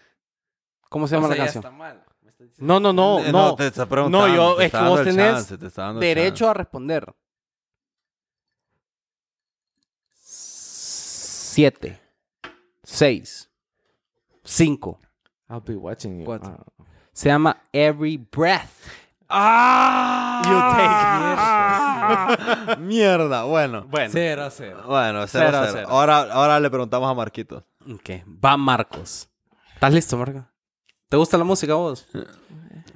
Speaker 4: ¿Cómo se llama
Speaker 3: O sea, ya
Speaker 4: la canción?
Speaker 3: está mal. Me está diciendo-
Speaker 4: No, no, no,
Speaker 5: Eh,
Speaker 4: no.
Speaker 5: te está preguntando,
Speaker 4: No, yo-
Speaker 5: te
Speaker 4: es
Speaker 5: está
Speaker 4: que
Speaker 5: dando
Speaker 4: vos
Speaker 5: el
Speaker 4: tenés
Speaker 5: chance, te está dando el
Speaker 4: Derecho
Speaker 5: chance.
Speaker 4: a responder. 7, 6, 5.
Speaker 6: I'll be watching you.
Speaker 4: Cuatro.
Speaker 6: Ah.
Speaker 4: Se llama Every Breath.
Speaker 5: Mierda, bueno.
Speaker 4: Bueno.
Speaker 3: Cero, cero.
Speaker 5: Bueno,
Speaker 4: Cero,
Speaker 5: cero, cero.
Speaker 4: cero.
Speaker 5: Ahora, ahora le preguntamos a Marquito.
Speaker 4: Ok, va Marcos. ¿Estás listo, Marcos? ¿Te gusta la música vos?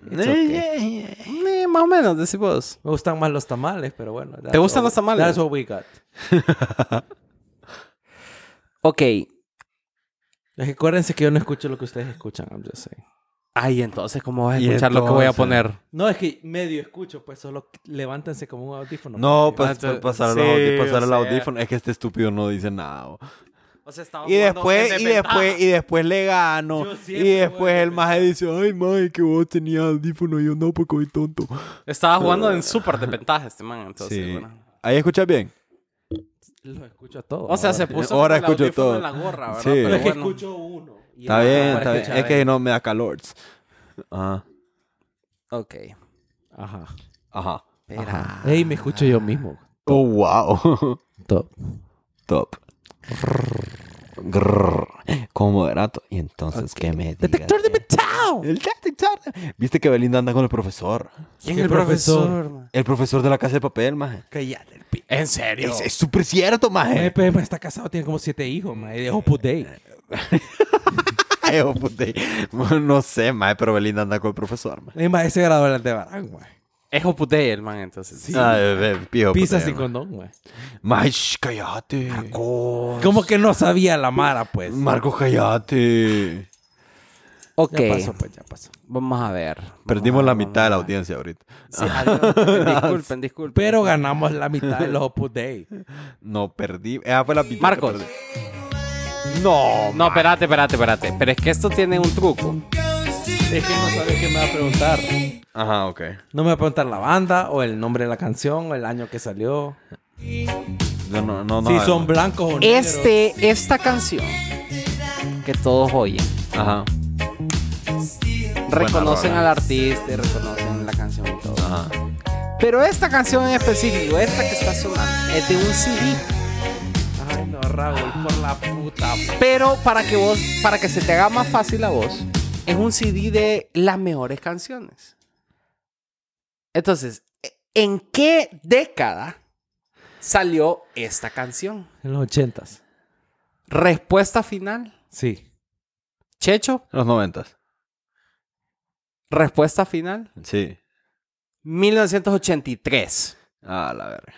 Speaker 4: Eh, más o menos, decís vos.
Speaker 3: Me gustan más los tamales, pero bueno.
Speaker 4: ¿Te gustan los tamales?
Speaker 3: That's what we got.
Speaker 4: Ok.
Speaker 3: Recuérdense que yo no escucho lo que ustedes escuchan. I'm just saying.
Speaker 4: Ay, entonces, ¿cómo vas a
Speaker 5: Y
Speaker 4: escuchar lo que voy a
Speaker 5: entonces-
Speaker 4: poner?
Speaker 3: No, es que medio escucho, pues solo levántense como un audífono.
Speaker 5: No,
Speaker 3: Porque-
Speaker 5: pues
Speaker 4: Ah, entonces-
Speaker 5: pasar, el
Speaker 4: sí,
Speaker 5: audi- pasar
Speaker 4: o
Speaker 5: el
Speaker 4: sea.
Speaker 5: audífono. Es que este estúpido no dice nada. bo. Y después, y después, y después le gano.
Speaker 3: Yo siempre
Speaker 5: Y después
Speaker 3: voy
Speaker 5: el maje dice, ay, maje, que vos tenías audífono. Y yo no, porque soy tonto.
Speaker 4: Estaba jugando en súper de ventaja este man, entonces.
Speaker 5: Sí.
Speaker 4: bueno.
Speaker 5: Ahí escuchas bien.
Speaker 3: Los escucho a todos.
Speaker 4: O sea,
Speaker 3: ahora.
Speaker 4: se puso
Speaker 5: Ahora
Speaker 4: con el
Speaker 5: escucho
Speaker 4: audífono
Speaker 5: todo.
Speaker 4: en la gorra, ¿verdad?
Speaker 5: Sí.
Speaker 4: Pero
Speaker 3: Pero es que
Speaker 4: bueno.
Speaker 3: escucho uno. y
Speaker 5: Está
Speaker 3: el otro
Speaker 5: bien,
Speaker 3: para
Speaker 5: está bien.
Speaker 3: escuchar
Speaker 5: Es que no me da calors. Ajá.
Speaker 4: Ok.
Speaker 3: Ajá.
Speaker 5: Ajá.
Speaker 4: Espera.
Speaker 3: Ey, me escucho yo mismo.
Speaker 5: Oh, wow.
Speaker 3: Top.
Speaker 5: Top. Grrr. Con moderato. Y entonces, ¿qué me digas?
Speaker 3: ¡Detector de
Speaker 5: que-
Speaker 3: metal!
Speaker 5: El detector. Viste que Belinda anda con el profesor.
Speaker 4: ¿Quién
Speaker 3: ¿Qué
Speaker 4: es el profesor?
Speaker 3: profesor?
Speaker 4: man?
Speaker 5: El profesor de la casa de papel, maje.
Speaker 3: Cállate el
Speaker 4: ¿En serio?
Speaker 5: Es es súper cierto, maje.
Speaker 3: EPM está casado, tiene como siete hijos, ma. Y de Opus Dei.
Speaker 4: Eh.
Speaker 5: Ay, oh, puta. Bueno, No sé, maje, pero Belinda anda con el profesor, maje.
Speaker 3: Es más, ese graduó de Aldebarán, güey.
Speaker 4: Es Opus Dei el man, entonces. Sí.
Speaker 5: Ay, bebé, pijo,
Speaker 3: Pisa
Speaker 5: eh, puta,
Speaker 3: sin
Speaker 5: maje.
Speaker 3: condón, güey.
Speaker 5: Maje, shh, cállate.
Speaker 3: Como que no sabía la Mara, pues.
Speaker 5: Marco, cállate.
Speaker 4: Ok.
Speaker 3: Ya pasó, pues, ya pasó.
Speaker 4: Vamos a ver.
Speaker 5: Perdimos
Speaker 4: Vamos a
Speaker 5: la
Speaker 4: ver,
Speaker 5: mitad de la
Speaker 4: vamos a ver.
Speaker 5: audiencia ahorita.
Speaker 4: Sí, adiós. disculpen, disculpen.
Speaker 3: Pero ganamos la mitad de los Opus Dei.
Speaker 5: No, perdí. Esa fue la mitad. que
Speaker 4: Marcos.
Speaker 5: perdí. No,
Speaker 4: No, espérate, espérate, espérate. Pero es que esto tiene un truco.
Speaker 3: Es que no sabes qué me va a preguntar.
Speaker 5: Ajá, ok.
Speaker 3: No me va a preguntar la banda, o el nombre de la canción, o el año que salió.
Speaker 5: No, no, no. no,
Speaker 3: si
Speaker 5: no.
Speaker 3: son blancos o negros.
Speaker 4: Este, esta canción que todos oyen.
Speaker 5: Ajá,
Speaker 4: Reconocen
Speaker 5: rola.
Speaker 4: al artista y reconocen la canción y todo.
Speaker 5: ajá.
Speaker 4: Pero esta canción en específico, esta que está sonando, es de un CD.
Speaker 3: Ay, no, Raúl, por la puta.
Speaker 4: Pero para que vos, para que se te haga más fácil la voz, es un CD de las mejores canciones. Entonces, ¿en qué década salió esta canción?
Speaker 3: En los ochentas.
Speaker 4: Respuesta final.
Speaker 3: Sí.
Speaker 4: Checho,
Speaker 5: Los noventas.
Speaker 4: respuesta final.
Speaker 5: Sí.
Speaker 4: 1983.
Speaker 5: Ah, la verga.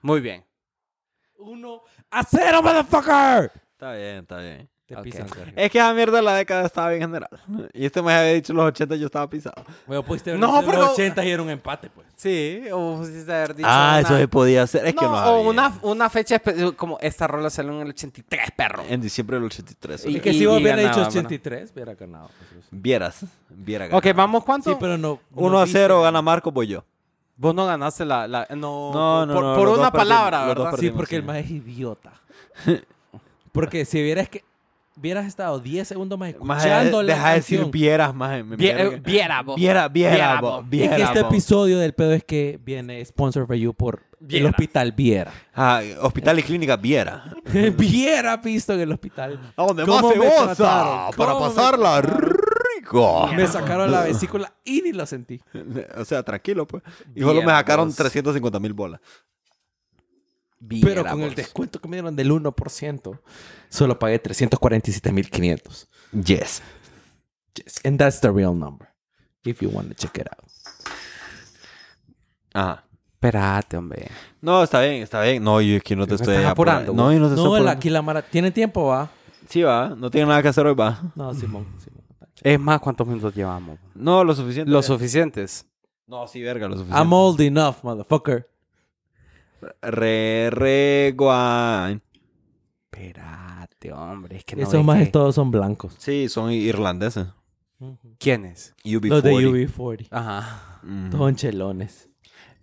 Speaker 4: Muy bien.
Speaker 3: Uno a cero, motherfucker.
Speaker 5: Está bien, está bien.
Speaker 3: Te
Speaker 4: Ok.
Speaker 3: pisan, Sergio.
Speaker 5: Es que esa mierda de la década estaba bien general. Y este me había dicho los 80 yo estaba pisado.
Speaker 3: Bueno, pudiste haber
Speaker 4: No,
Speaker 3: dicho
Speaker 4: pero-
Speaker 3: los ochentas y era un empate, pues.
Speaker 4: Sí, o pusiste haber dicho
Speaker 5: Ah, eso
Speaker 4: una-
Speaker 5: se podía hacer. Es que no
Speaker 4: No,
Speaker 5: había.
Speaker 4: o una, una fecha espe- como esta rola salió en el 83, perro.
Speaker 5: En diciembre del 83.
Speaker 4: Y-
Speaker 3: es que si vos hubieras dicho
Speaker 4: ganaba,
Speaker 3: 83, hubiera ganado. pues, Jesús.
Speaker 5: Vieras. Viera
Speaker 4: Ok, vamos, ¿cuánto?
Speaker 3: Sí, pero no.
Speaker 5: 1 a 0 gana Marco, voy yo.
Speaker 4: Vos no ganaste la... la- no,
Speaker 5: No,
Speaker 4: por-
Speaker 5: no,
Speaker 4: por,
Speaker 5: no,
Speaker 4: por
Speaker 5: los dos perdimos,
Speaker 4: una palabra,
Speaker 5: los dos
Speaker 4: ¿verdad?
Speaker 5: perdimos.
Speaker 3: Sí, porque el
Speaker 5: sí.
Speaker 3: más es idiota. Porque si hubieras que. Hubieras estado 10 segundos más
Speaker 5: Más
Speaker 3: escuchando
Speaker 5: deja
Speaker 3: la
Speaker 5: de decir
Speaker 3: canción.
Speaker 5: vieras, más. me-
Speaker 4: Vie-
Speaker 5: me-
Speaker 4: eh, viera vos.
Speaker 5: Viera, viera,
Speaker 4: Viera,
Speaker 5: vos,
Speaker 4: vos.
Speaker 3: Es
Speaker 5: viera.
Speaker 3: que este
Speaker 5: vos.
Speaker 3: episodio del pedo es que viene Sponsor by You por
Speaker 4: Viera.
Speaker 3: el Hospital Viera.
Speaker 5: Ah, hospital y clínica, viera.
Speaker 3: Viera visto en el hospital.
Speaker 5: ¿A dónde
Speaker 3: ¿Cómo
Speaker 5: más se
Speaker 3: me
Speaker 5: goza?
Speaker 3: trataron?
Speaker 5: Para
Speaker 3: ¿Cómo me
Speaker 5: pasarla
Speaker 3: trataron?
Speaker 5: rico.
Speaker 3: Me sacaron la vesícula y ni lo sentí.
Speaker 5: O sea, tranquilo, pues. Y solo me
Speaker 4: Viera
Speaker 5: sacaron
Speaker 4: vos.
Speaker 5: 350 mil bolas.
Speaker 3: Pero con el
Speaker 4: pues.
Speaker 3: descuento que me dieron del 1%, solo pagué 347.500.
Speaker 5: Yes.
Speaker 3: Yes, And that's the real number. If you want to check it out.
Speaker 5: Ajá.
Speaker 4: Espérate, hombre.
Speaker 5: No, está bien, está bien. No, yo aquí no te
Speaker 4: Me
Speaker 5: estoy
Speaker 4: estás apurando,
Speaker 5: apurando. No, yo no te
Speaker 3: No,
Speaker 5: estoy
Speaker 3: la-
Speaker 5: apurando.
Speaker 3: aquí la Mara. ¿Tiene tiempo, va?
Speaker 5: Sí, va. No tiene nada que hacer hoy, va.
Speaker 3: No, Simón. Simón.
Speaker 5: Eh,
Speaker 4: Es más, ¿cuántos minutos llevamos?
Speaker 5: No, lo suficiente.
Speaker 4: Los suficientes.
Speaker 5: No, sí, verga, lo suficiente.
Speaker 3: I'm old enough, motherfucker.
Speaker 5: Re, re, guay.
Speaker 4: Espérate, hombre. Es que no
Speaker 3: Esos
Speaker 4: es
Speaker 3: más
Speaker 4: que-
Speaker 3: todos son blancos.
Speaker 5: Sí, son irlandeses.
Speaker 4: ¿Quiénes?
Speaker 5: UB40.
Speaker 3: Los de UB40.
Speaker 4: Ajá.
Speaker 5: Mm.
Speaker 3: Todos chelones.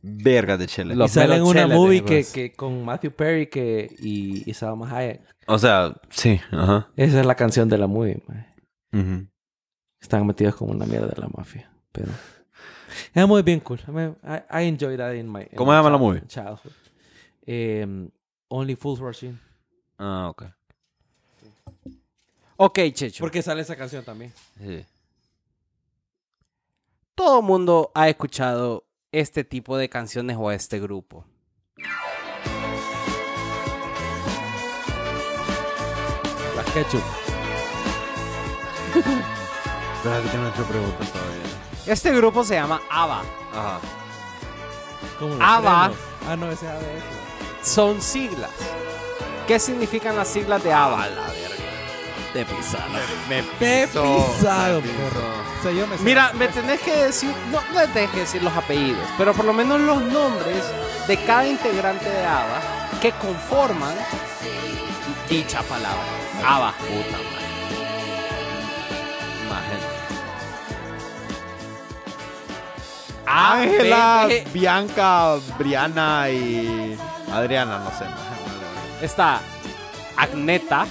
Speaker 5: vergas de Chele.
Speaker 3: Y
Speaker 6: Los
Speaker 3: sale en
Speaker 6: Melo
Speaker 3: una
Speaker 6: Cheles,
Speaker 3: movie que,
Speaker 6: amigos.
Speaker 3: que con Matthew Perry que, y, y Salma Hayek.
Speaker 5: O sea, sí, ajá.
Speaker 3: Esa es la canción de la movie. mae.
Speaker 5: Ujú.
Speaker 3: Están metidos como una mierda de la mafia. Pero. Es muy bien cool. I, mean, I, I enjoy that in my. in
Speaker 5: ¿Cómo
Speaker 3: my
Speaker 5: se llama la
Speaker 3: child-
Speaker 5: movie?
Speaker 3: Childhood. Em, Only Fools Rush In.
Speaker 5: Ah, ok.
Speaker 4: Ok, Checho.
Speaker 3: Porque sale esa canción también.
Speaker 5: Sí.
Speaker 4: todo el mundo ha escuchado este tipo de canciones o a este grupo.
Speaker 3: La Ketchup.
Speaker 5: Espérate que no te preguntas todavía.
Speaker 4: Este grupo se llama ABBA.
Speaker 5: Ajá.
Speaker 3: ¿Cómo los
Speaker 4: ABBA.
Speaker 3: frenos. Ah, no, ese es ABS.
Speaker 4: Son siglas. ¿Qué significan las siglas de ABBA? Te pisaron.
Speaker 3: Qué pisado, perro. O sea, yo me
Speaker 4: Mira, me tenés que decir, no, no tenés que decir los apellidos, pero por lo menos los nombres de cada integrante de ABBA que conforman dicha palabra. ABBA. Puta madre. A, B,
Speaker 5: Ángela,
Speaker 4: B.
Speaker 5: Bianca, Briana y Adriana, no sé.
Speaker 4: Está Agneta,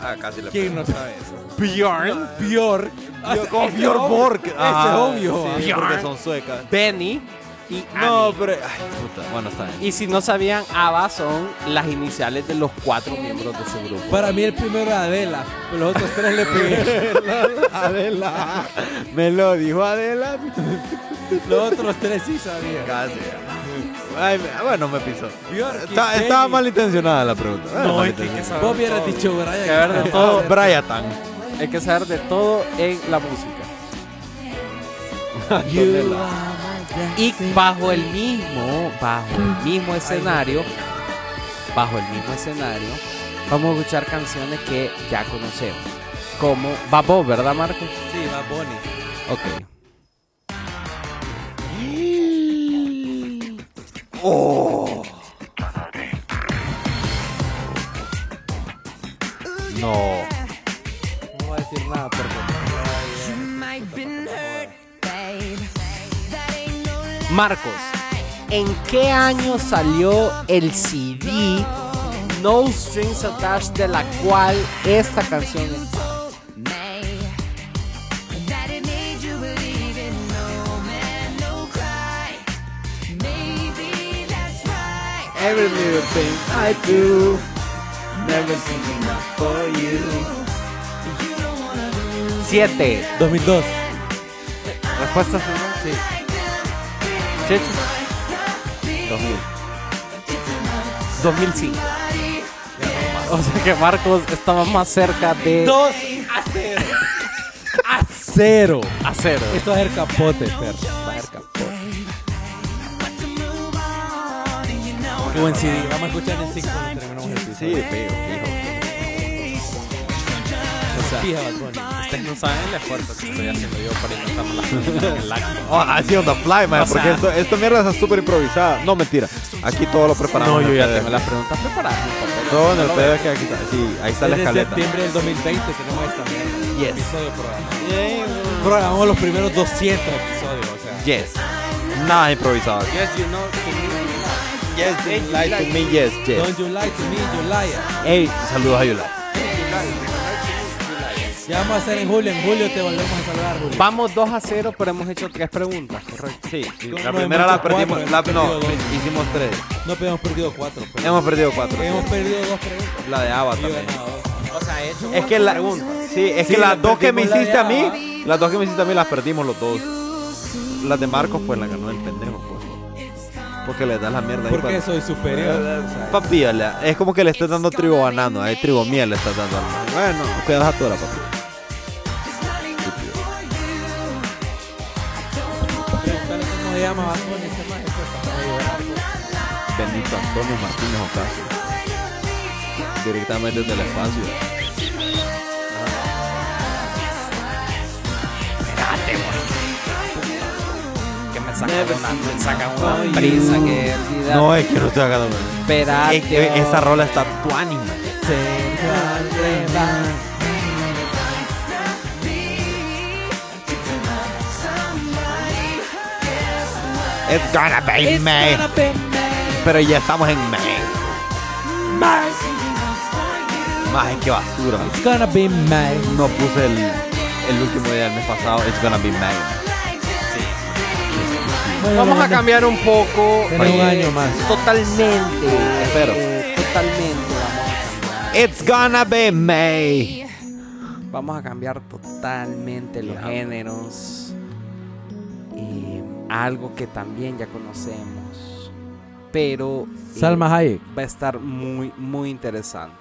Speaker 5: Ah, casi le
Speaker 3: ¿Quién no sabe
Speaker 4: Bjorn,
Speaker 3: Bjork.
Speaker 5: Yo con Björn Borg. Ah,
Speaker 3: obvio.
Speaker 5: Sí,
Speaker 4: Björn.
Speaker 5: porque son suecas.
Speaker 4: Benny y
Speaker 5: No,
Speaker 4: Annie.
Speaker 5: pero. Ay, puta. Bueno, está bien.
Speaker 4: Y si no sabían, ABBA son las iniciales de los cuatro miembros de su grupo.
Speaker 3: Para mí el primero era Adela, pero los otros tres le pegué.
Speaker 5: Adela. Me lo dijo Adela.
Speaker 3: Los otros tres sí sabían.
Speaker 5: Casi. Ay, me- bueno, me pisó.
Speaker 3: Björk y
Speaker 5: Está-
Speaker 3: Benny.
Speaker 5: estaba malintencionada la pregunta. Era malintencionada. Oh,
Speaker 3: Vos hubieras dicho Brian.
Speaker 4: Que ver de
Speaker 5: Todo
Speaker 4: todo,
Speaker 5: Bryatan.
Speaker 4: hay que saber de todo en la música. Y bajo el mismo, bajo el mismo escenario, bajo el mismo escenario, vamos a escuchar canciones que ya conocemos. Como Babo, ¿verdad, Marco?
Speaker 3: Sí, va Bonnie.
Speaker 4: Ok.
Speaker 5: No.
Speaker 3: No voy a decir nada porque...
Speaker 4: Marcos, ¿en qué año salió el CD No Strings Attached de la cual esta canción es?
Speaker 5: Every little thing I do. Never seen enough for you.
Speaker 4: 7.
Speaker 3: 2002.
Speaker 4: ¿Respuesta final? Sí. Checho. 2005. O sea que Marcos estaba más cerca de
Speaker 3: 2 a 0. A 0.
Speaker 4: a cero.
Speaker 3: Esto es el capote, perro. Va a ser capote. Qué buen CD. Vamos a escuchar en 5 cuando terminamos el
Speaker 5: Sí,
Speaker 3: episodio.
Speaker 5: fijo, fijo.
Speaker 3: Fija, Bad Bunny.
Speaker 6: Ustedes no saben el esfuerzo que estoy haciendo yo para inventar las canciones en el acto.
Speaker 5: Oh, así on the fly, man, porque esto, esta mierda está súper improvisada. No, mentira. Aquí todo lo preparamos. en el PDF.
Speaker 4: las preguntas preparadas.
Speaker 5: Todo en el PDF que aquí está. Sí, ahí está la
Speaker 3: Desde
Speaker 5: escaleta.
Speaker 3: septiembre del 2020 tenemos esta mierda.
Speaker 5: Yes.
Speaker 3: Episodio programado. Programamos los primeros 200 episodios, o sea.
Speaker 5: Yes. Nada improvisado. Yes, you know. Yes, you like to me. Yes, yes.
Speaker 3: Don't you lie to me, you liar.
Speaker 5: Hey, saludos a Yula.
Speaker 3: Ya vamos a hacer en julio. En julio te volvemos a saludar, Julio.
Speaker 4: Vamos 2 a 0, pero hemos hecho tres preguntas, correcto.
Speaker 5: Sí, sí,
Speaker 3: No,
Speaker 5: la
Speaker 3: no,
Speaker 5: primera
Speaker 3: hemos
Speaker 5: la
Speaker 3: hecho cuatro,
Speaker 5: perdimos. La,
Speaker 3: hemos perdido
Speaker 5: no,
Speaker 3: dos.
Speaker 5: hicimos tres.
Speaker 3: No pero hemos perdido cuatro. pues. pero-
Speaker 5: Hemos perdido cuatro.
Speaker 3: Hemos perdido dos preguntas.
Speaker 5: La de Ava
Speaker 3: Y yo he
Speaker 5: también.
Speaker 3: ganado dos.
Speaker 5: Es que la Sí, es
Speaker 3: Sí,
Speaker 5: que las
Speaker 3: la
Speaker 5: dos que me
Speaker 3: perdimos la de
Speaker 5: hiciste a mí,
Speaker 3: Ava.
Speaker 5: las dos que me hiciste a mí las perdimos los dos. Las de Marcos pues la ganó el pendejo, pues. Porque le das la mierda ahí
Speaker 3: Porque
Speaker 5: para-
Speaker 3: soy superior. o sea.
Speaker 5: Papi, ole, es como que le estés dando trigo banano, ahí trigo miel le estás dando. al man. Bueno, cuidas a toda la papi.
Speaker 3: Preguntarle cómo se llama Bad Bunny, ese maje, pues, para ayudar.
Speaker 5: Benito Antonio Martínez Ocasio. Directamente desde el espacio.
Speaker 4: Que me saca una, me saca una prisa que
Speaker 5: No, es que no estoy ganando.
Speaker 4: Esperate.
Speaker 5: Es que esa rola está tuánima. It's gonna be
Speaker 3: It's
Speaker 5: May.
Speaker 3: gonna be May.
Speaker 5: Pero ya estamos en May. Más qué basura.
Speaker 3: It's gonna be May.
Speaker 5: No puse el, el último día del mes pasado. It's gonna be May.
Speaker 4: Vamos a cambiar un poco.
Speaker 3: Tiene un
Speaker 4: eh,
Speaker 3: año más.
Speaker 4: Totalmente.
Speaker 5: Espero.
Speaker 4: eh, totalmente. Vamos a,
Speaker 5: It's gonna be May.
Speaker 4: cambiar. Vamos a cambiar totalmente los géneros. eh, algo que también ya conocemos. Pero. eh,
Speaker 3: Salma Hayek.
Speaker 4: Va a estar muy, muy interesante.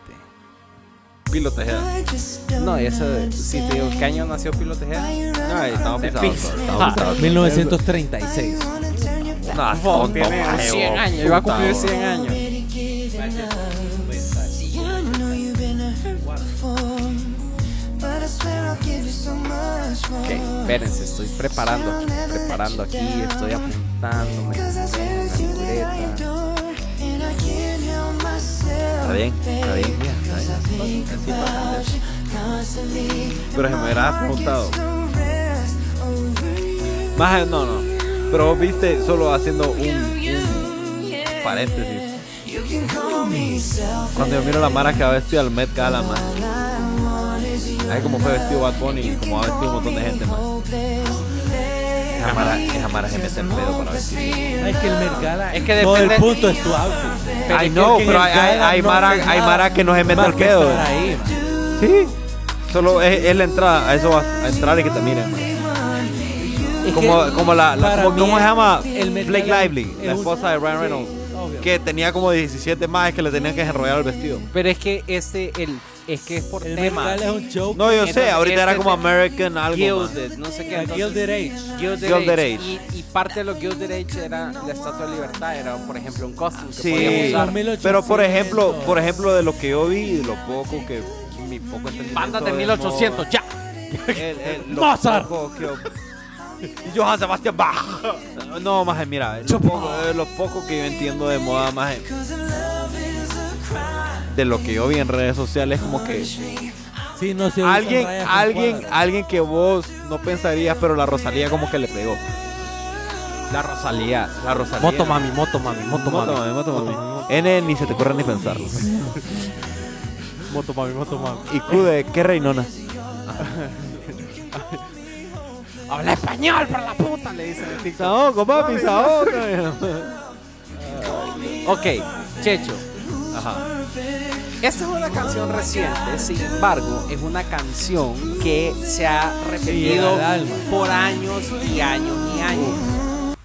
Speaker 5: Pilo Tejeda.
Speaker 4: No, eso. Si te digo, ¿qué año nació Pilo Tejeda?
Speaker 5: Ay, estamos pisados. Estamos
Speaker 4: Ah,
Speaker 5: pisados.
Speaker 3: 1936.
Speaker 5: tonto,
Speaker 4: tiene
Speaker 5: maje,
Speaker 4: 100
Speaker 5: vos,
Speaker 4: años. Iba a cumplir
Speaker 5: puta,
Speaker 4: 100 años. Ok, espérense, estoy preparando aquí, preparando aquí, estoy apuntándome. tengo una libreta.
Speaker 5: Está bien, está bien. mira, está bien. Así pasa, así. Pero ah, se me hubiera preguntado. Maje, no, no. Pero vos viste solo haciendo un, un paréntesis. Cuando yo miro la mara que va vestido al Met Gala, man. Ahí como fue vestido Bad Bunny y como ha vestido un montón de gente, man. Esa mara, esa mara se mete en pedo para vestir.
Speaker 3: Es que el mercado.
Speaker 4: Es que
Speaker 3: Todo el
Speaker 4: depende-
Speaker 3: punto es tu outfit.
Speaker 5: I know,
Speaker 3: que en
Speaker 5: pero
Speaker 3: el
Speaker 5: hay, hay,
Speaker 3: gala
Speaker 5: hay
Speaker 3: no
Speaker 5: mara,
Speaker 3: haces
Speaker 5: hay
Speaker 3: nada
Speaker 5: mara que no se mete
Speaker 3: Más
Speaker 5: el
Speaker 3: que
Speaker 5: pedo.
Speaker 3: estar ahí, man.
Speaker 5: Sí. Solo es, es la entrada, a eso vas a entrar y que te miren. man.
Speaker 3: Es
Speaker 5: Como,
Speaker 3: que
Speaker 5: como la, la-
Speaker 3: para
Speaker 5: como-
Speaker 3: mí
Speaker 5: ¿cómo se
Speaker 3: es-
Speaker 5: llama?
Speaker 3: el Met
Speaker 5: Blake
Speaker 3: Gala
Speaker 5: Lively,
Speaker 3: es
Speaker 5: la
Speaker 3: un-
Speaker 5: esposa de Ryan Reynolds,
Speaker 3: sí, obvio.
Speaker 5: que tenía como 17 más que le tenían que enrollar el vestido.
Speaker 4: Pero es que este, el, es que es por
Speaker 3: El Met
Speaker 4: tema.
Speaker 3: Gala es un show.
Speaker 5: No, yo sé,
Speaker 4: Entonces,
Speaker 5: ahorita era
Speaker 4: este
Speaker 5: como
Speaker 4: te-
Speaker 5: American algo. man.
Speaker 4: Gilded, no sé qué.
Speaker 3: La Gilded Age.
Speaker 4: Gilded,
Speaker 5: Gilded
Speaker 4: Age.
Speaker 5: Age.
Speaker 4: Y, y parte de los Gilded Age era la Estatua de Libertad, era por ejemplo un costume que
Speaker 5: Sí,
Speaker 4: podíamos usar.
Speaker 5: pero por ejemplo, por ejemplo de lo que yo vi, y de lo poco que mi poco entendimiento
Speaker 4: Bandas de
Speaker 5: moda,
Speaker 4: 1800, ya.
Speaker 5: el- el- lo
Speaker 3: Mozart.
Speaker 5: poco que yo- y Johann Sebastian Bach. No, más mira, lo poco, eh, lo poco que yo entiendo de moda, más de lo que yo vi en redes sociales, como que
Speaker 3: Sí, no se usan
Speaker 5: alguien,
Speaker 3: rayas con
Speaker 5: alguien,
Speaker 3: cuadros.
Speaker 5: alguien que vos no pensarías, pero la Rosalía como que le pegó. La Rosalía, la Rosalía.
Speaker 6: Moto mami, moto mami, moto
Speaker 5: Moto
Speaker 6: mami.
Speaker 5: mami, moto mami. N ni se te ocurre ni pensarlo.
Speaker 6: Moto mami, moto mami.
Speaker 5: Y Q de qué reinona.
Speaker 4: Habla español, por la puta, le dicen en TikTok.
Speaker 5: Saoco, papi, saoco.
Speaker 4: Ok, Checho.
Speaker 5: Ajá.
Speaker 4: Esta es una canción reciente, sin embargo, es una canción que se ha repetido
Speaker 3: al alma.
Speaker 4: por años y años y años.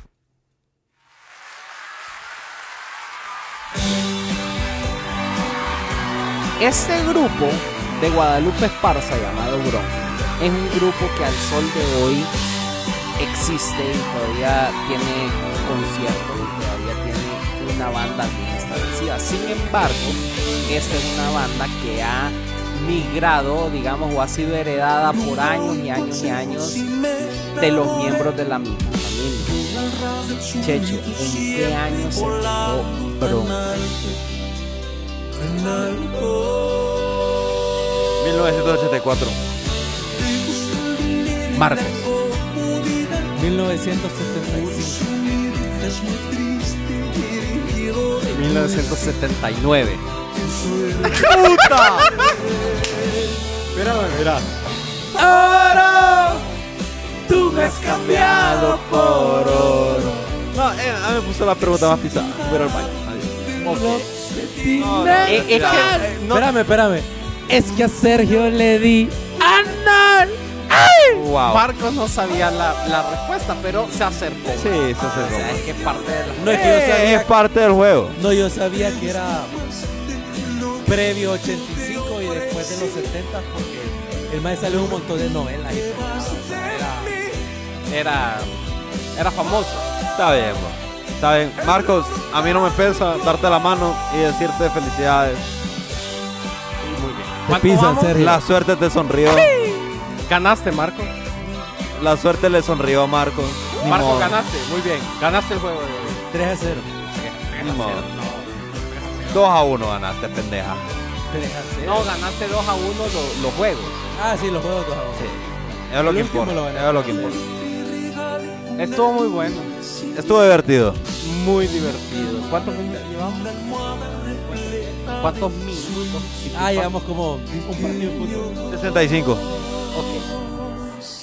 Speaker 4: Este grupo de Guadalupe Esparza llamado Bron es un grupo que al sol de hoy existe y todavía tiene conciertos y todavía tiene una banda bien establecida. Sin embargo, esta es una banda que ha migrado, digamos, o ha sido heredada por años y años y años de los miembros de la misma familia. Checho, ¿en qué año se fundó Bron?
Speaker 5: 1984. Martes.
Speaker 3: 1975.
Speaker 4: 1979.
Speaker 5: ¡Puta!
Speaker 3: Tú me has cambiado por oro.
Speaker 5: No, eh, ah, me puso la pregunta más pisada. Fuera al baño. Adiós. No, no,
Speaker 4: Eh, eh,
Speaker 5: mira,
Speaker 4: que-
Speaker 5: eh,
Speaker 3: Espérame, espérame. Es que a Sergio le di.
Speaker 5: Wow.
Speaker 4: Marcos no sabía la, la respuesta, pero se acercó.
Speaker 5: Sí, eso
Speaker 4: O sea, es que es parte de la...
Speaker 3: No es que yo
Speaker 5: es
Speaker 3: sabía.
Speaker 5: parte del juego.
Speaker 3: No, yo sabía que era previo 85 y después de los 70 porque el maestro salió en un montón de novelas. y todo.
Speaker 4: era, era famoso.
Speaker 5: Está bien, bro. Está bien. Marcos, a mí no me pesa darte la mano y decirte felicidades.
Speaker 3: Te
Speaker 4: ¿Cuánto
Speaker 3: pisan,
Speaker 4: vamos?
Speaker 3: Sergio.
Speaker 5: La suerte te sonrió.
Speaker 4: Ganaste, Marco.
Speaker 5: La suerte le sonrió a Marcos. Ni
Speaker 4: Marco,
Speaker 5: modo,
Speaker 4: ganaste. Muy bien. Ganaste el juego. de hoy.
Speaker 3: 3 a 0.
Speaker 5: ni modo. 2 a 1 ganaste, pendeja.
Speaker 3: 3 a 0.
Speaker 4: No, ganaste 2 a 1 lo- los juegos.
Speaker 3: Ah, sí, los juegos dos a dos.
Speaker 5: Eso es lo
Speaker 3: El
Speaker 5: que
Speaker 3: último lo
Speaker 5: importa. Eso
Speaker 3: ganaste.
Speaker 5: es lo que importa.
Speaker 4: El Estuvo muy bueno.
Speaker 5: Estuvo divertido.
Speaker 4: Muy divertido. ¿Cuántos minutos llevamos? ¿Cuántos minutos?
Speaker 3: Ah, llevamos como un partido de fútbol.
Speaker 5: 65.
Speaker 4: Ok.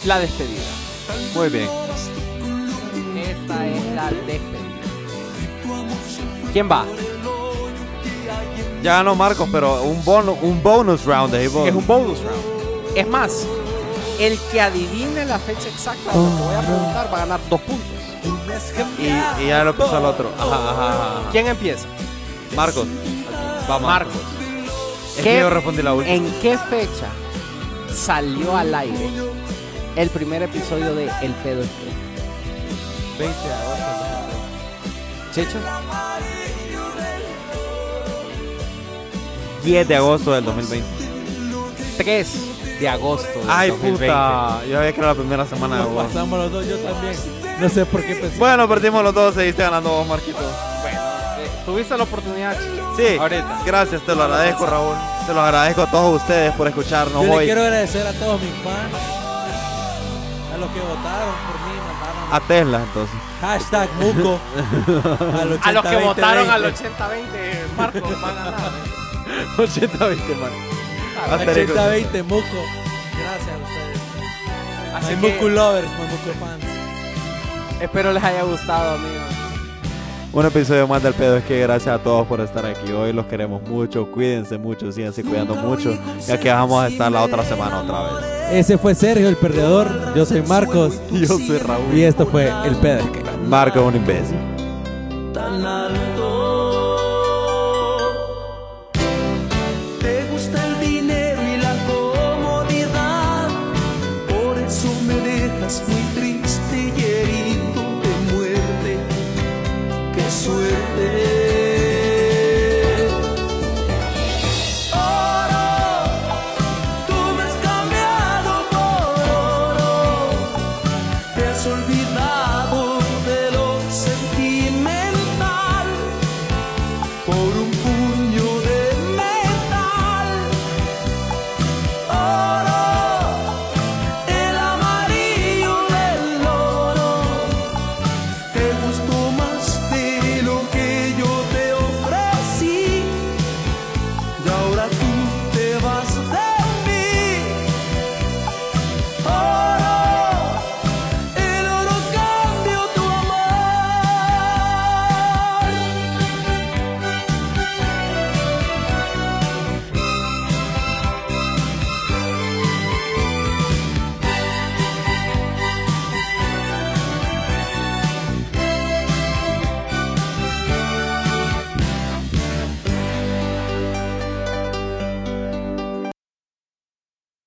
Speaker 4: La despedida.
Speaker 5: Muy bien.
Speaker 4: Esta es la despedida. ¿Quién va?
Speaker 5: Ya ganó Marcos, pero un, bono, un bonus round ahí, vos.
Speaker 4: Es un bonus round. Es más, el que adivine la fecha exacta de lo que voy a preguntar va a ganar dos puntos.
Speaker 5: y, y ya lo puso el otro. Ajá, ajá, ajá, ajá.
Speaker 4: ¿Quién empieza?
Speaker 5: Marcos. Va Marcos.
Speaker 4: Marcos.
Speaker 5: Es que yo respondí la última.
Speaker 4: ¿En qué fecha salió al aire el primer episodio de El pedo es que?
Speaker 6: 20 de agosto.
Speaker 4: Checho,
Speaker 5: 10 de agosto del 2020.
Speaker 4: 3 de agosto del
Speaker 5: Ay,
Speaker 4: 2020.
Speaker 5: puta. Yo había que era la primera semana de
Speaker 3: Nos
Speaker 5: agosto.
Speaker 3: pasamos los dos, yo también. No sé por qué pensé.
Speaker 5: Bueno, perdimos los dos. Seguiste ganando vos, Marquito.
Speaker 4: Eh, Tuviste la oportunidad, Checho.
Speaker 5: Sí.
Speaker 4: Ahorita.
Speaker 5: Gracias, te lo agradezco, Raúl. Se los agradezco a todos ustedes por escucharnos
Speaker 3: Yo le
Speaker 5: hoy.
Speaker 3: quiero agradecer a todos mis fans, a los que votaron por mí, mandaron
Speaker 5: A Tesla, entonces.
Speaker 3: hashtag Muco. al
Speaker 4: A los que
Speaker 3: 80-20-20.
Speaker 4: votaron al 80-20, Marcos va a ganar. ¿eh?
Speaker 5: 80-20, man. Asterisco.
Speaker 3: 80-20 Muco. Gracias a ustedes.
Speaker 4: Así
Speaker 3: my
Speaker 4: que-
Speaker 3: Muco lovers, my Muco fans.
Speaker 4: Espero les haya gustado, amigos.
Speaker 5: Un episodio más del pedo es que gracias a todos por estar aquí hoy. Los queremos mucho. Cuídense mucho, síganse cuidando mucho. Ya que vamos a estar la otra semana otra vez.
Speaker 3: Ese fue Sergio, el perdedor. Yo soy Marcos.
Speaker 5: Y yo soy Raúl.
Speaker 3: Y esto fue El Pedro.
Speaker 5: Marco es un imbécil.
Speaker 7: tan alto. Te gusta el dinero y la comodidad, por eso me dejas muy triste y herido de muerte. ¡Qué suerte!